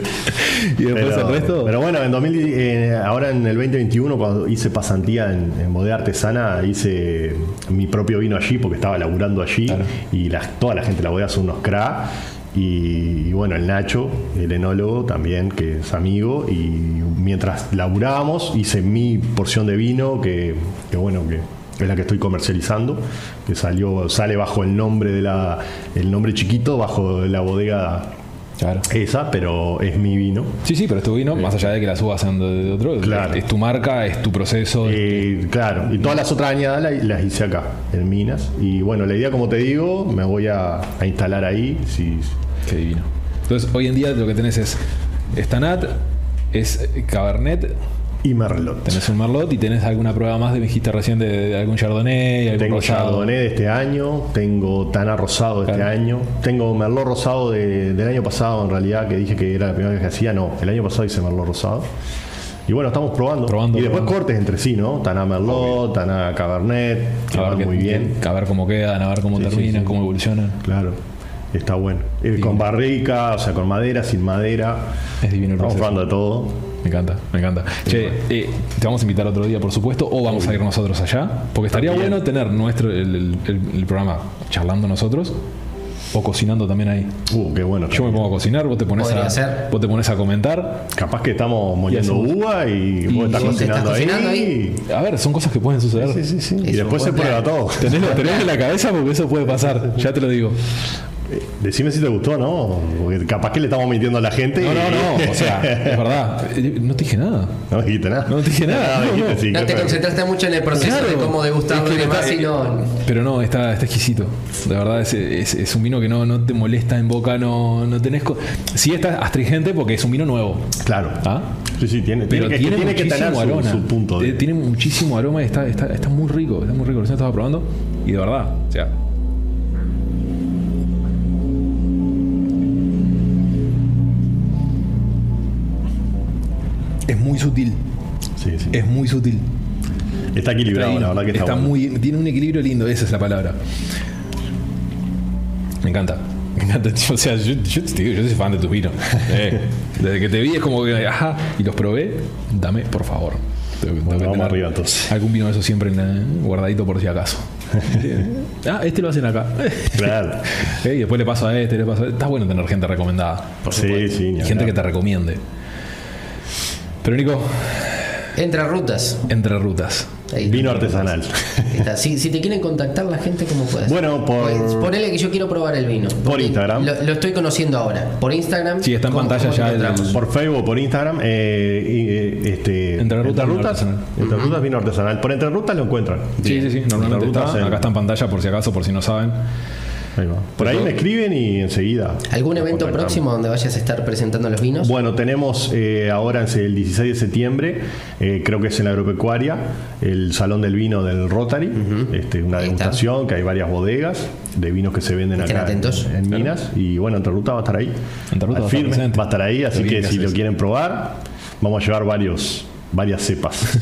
S1: Y después el resto.
S2: Pero bueno, en 2000, eh, ahora en el 2021, cuando hice pasantía en, en Bodega Artesana, hice mi propio vino allí porque estaba laburando allí y las- toda la gente de la bodega son unos cra. Y, y bueno, el Nacho, el enólogo también, que es amigo, y mientras laburábamos hice mi porción de vino, que, que bueno, que es la que estoy comercializando, que salió, sale bajo el nombre de la, el nombre chiquito, bajo la bodega
S1: Claro.
S2: esa, pero es mi vino.
S1: Sí, sí, pero es tu vino, más allá de que la subas sean de de otro,
S2: Claro.
S1: es tu marca, es tu proceso.
S2: Eh, claro, y todas las otras añadas la- las, hice acá, en Minas. Y bueno, la idea, como te digo, me voy a, a instalar ahí. Si,
S1: Qué divino. Entonces, hoy en día lo que tenés es Stanat, es Cabernet,
S2: y Merlot.
S1: tenés un Merlot y tenés alguna prueba más de, me dijiste recién, de, de algún Chardonnay, algún
S2: Tengo
S1: rosado.
S2: Chardonnay de este año, tengo Tana Rosado de
S1: Claro.
S2: este año, tengo Merlot Rosado de- del año pasado, en realidad, que dije que era la primera vez que hacía, no, el año pasado hice Merlot Rosado. Y bueno, estamos probando.
S1: Probando,
S2: y después
S1: probando.
S2: cortes entre sí, ¿no? Tana Merlot, Tana Cabernet, que
S1: A ver,
S2: van
S1: qué-
S2: muy bien.
S1: a ver cómo quedan, a ver cómo
S2: Sí, sí,
S1: terminan,
S2: sí.
S1: cómo evolucionan.
S2: Claro, está bueno. Eh, con barrica, o sea, con madera, sin madera.
S1: Es divino el
S2: Estamos
S1: proceso.
S2: probando de todo.
S1: Me encanta, me encanta. Che, eh, te vamos a invitar otro día, por supuesto, o vamos a ir nosotros allá, porque estaría
S2: También.
S1: bueno tener nuestro el, el- el- el programa charlando nosotros o cocinando también ahí.
S2: Uh, qué bueno.
S1: Yo me pongo a cocinar, vos te pones
S3: Podría
S1: a
S3: ser.
S1: vos te pones a comentar.
S2: Capaz que estamos moliendo
S1: hacemos-
S2: uva y, vos estás
S3: y vos estás
S2: cocinando,
S3: cocinando
S2: ahí.
S3: ahí.
S1: A ver, son cosas que pueden suceder.
S2: Sí, sí, sí. Y
S3: Es un
S2: después se
S3: buen
S2: prueba
S3: plan.
S2: todo.
S1: Tenelo, tenelo en la cabeza porque eso puede pasar, ya te lo digo.
S2: Decime si te gustó, ¿no? Porque capaz que le estamos mintiendo a la gente.
S1: No, no, no, o sea, es verdad. Eh, No te dije nada.
S2: no dijiste nada.
S1: No dijiste nada.
S2: dijiste, sí,
S3: No
S2: qué
S3: te
S2: feo.
S3: concentraste mucho en el proceso
S1: Claro.
S3: de cómo degustarlo
S1: Es que
S3: y demás,
S1: está-
S3: sino.
S1: Pero no, está, está exquisito. De verdad, es, es- es un vino que no, no te molesta en boca, no, no tenés. co- Sí, está astringente porque es un vino nuevo.
S2: Claro.
S1: ¿Ah?
S2: Sí, sí, tiene,
S1: Pero
S2: tiene, que-
S1: tiene,
S2: tiene que
S1: muchísimo
S2: tener su,
S1: aroma.
S2: su punto.
S1: Eh,
S2: De,
S1: Tiene muchísimo aroma y está, está, está muy rico. Está muy rico. Recién estaba probando. Y de verdad, o sea. Es muy sutil.
S2: sí, sí.
S1: Es muy sutil.
S2: Está equilibrado, la verdad que está, bueno.
S1: muy, tiene un equilibrio lindo, esa es la palabra. Me encanta. Me encanta. O sea, yo, yo te digo, yo soy fan de tus vinos. Eh, desde que te vi es como que, ajá, y los probé, dame, por favor. Tengo que- tengo que
S2: vamos
S1: tener
S2: arriba, entonces.
S1: Algún vino de eso siempre en la- guardadito por si acaso. ah, este lo hacen acá.
S2: Claro.
S1: Eh, y después le paso a este, le paso a este. Está bueno tener gente recomendada.
S2: Sí, sí, ni
S1: Y gente
S2: hablar.
S1: que te recomiende. Pero Nico,
S3: Entre rutas.
S1: entre rutas.
S3: Ahí está.
S2: Vino artesanal.
S3: Ahí está. Si, si te quieren contactar la gente, ¿cómo puedes? Pues,
S2: Bueno, por-
S3: Ponele que yo quiero probar el vino.
S2: Por Instagram.
S3: Lo, lo estoy conociendo ahora. Por Instagram.
S1: Sí, está en
S3: ¿cómo-
S1: pantalla
S3: cómo
S1: ya
S3: te
S1: el-
S3: encontramos?
S2: Por Facebook, por Instagram, eh, y, eh, este,
S1: Entre Rutas Vino
S2: Rutas,
S1: Artesanal.
S2: Entre Rutas vino artesanal. Por Entre Rutas lo encuentran.
S1: Sí, sí, sí. Normalmente
S2: Entre
S1: está.
S2: rutas en-
S1: Acá está en pantalla por si acaso, por si no saben.
S2: Ahí va. Por ahí me escriben y enseguida.
S3: ¿Algún
S2: nos
S3: evento
S2: contactamos.
S3: próximo donde vayas a estar presentando los vinos?
S2: Bueno, tenemos eh, ahora es el 16 de septiembre, eh, creo que es en la agropecuaria, el Salón del Vino del Rotary, este, una
S3: Ahí está.
S2: degustación que hay varias bodegas de vinos que se venden
S3: Estén
S2: acá en-
S3: atentos.
S2: en Minas. Y bueno, Entre Ruta va a estar ahí.
S1: Entre Ruta
S2: Al
S1: va a estar
S2: firme,
S1: presente.
S2: va a estar ahí, así
S1: Qué
S2: que
S1: bien que
S2: si
S1: haces.
S2: lo quieren probar, vamos a llevar varios, varias cepas.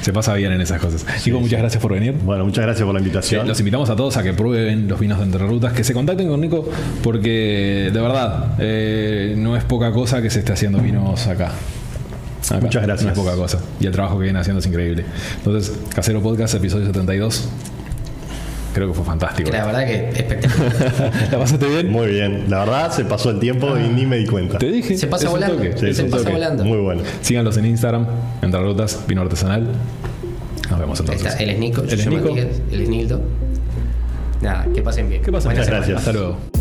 S1: Se pasa bien en esas cosas. Nico, muchas gracias por venir.
S2: bueno, muchas gracias por la invitación.
S1: Eh, Los invitamos a todos a que prueben los vinos de Entre Rutas, que se contacten con Nico, porque de verdad eh, no es poca cosa que se esté haciendo vinos acá. Acá.
S2: Muchas gracias.
S1: No es poca cosa. Y el trabajo que vienen haciendo es increíble. Entonces, Casero Podcast, episodio 72. Creo que fue fantástico.
S3: Que la verdad que espectacular.
S1: ¿La pasaste bien?
S2: Muy bien, la verdad se pasó el tiempo y ni me di cuenta.
S1: Te dije.
S3: Se pasa
S1: es un
S3: volando.
S1: toque.
S3: Sí,
S1: Es
S3: se
S1: un
S3: pasa
S1: toque.
S3: volando.
S2: Muy bueno.
S1: Síganlos en Instagram, Entre Rutas, Vino Artesanal. Nos vemos
S3: Ahí
S1: entonces.
S3: está, él es Nico, yo
S1: Él es
S3: soy
S1: Nico.
S3: Matías, él es Nildo. Nada, que pasen bien.
S1: ¿Qué pasa?
S3: Buena
S2: Muchas
S3: semana.
S2: gracias.
S1: Hasta luego.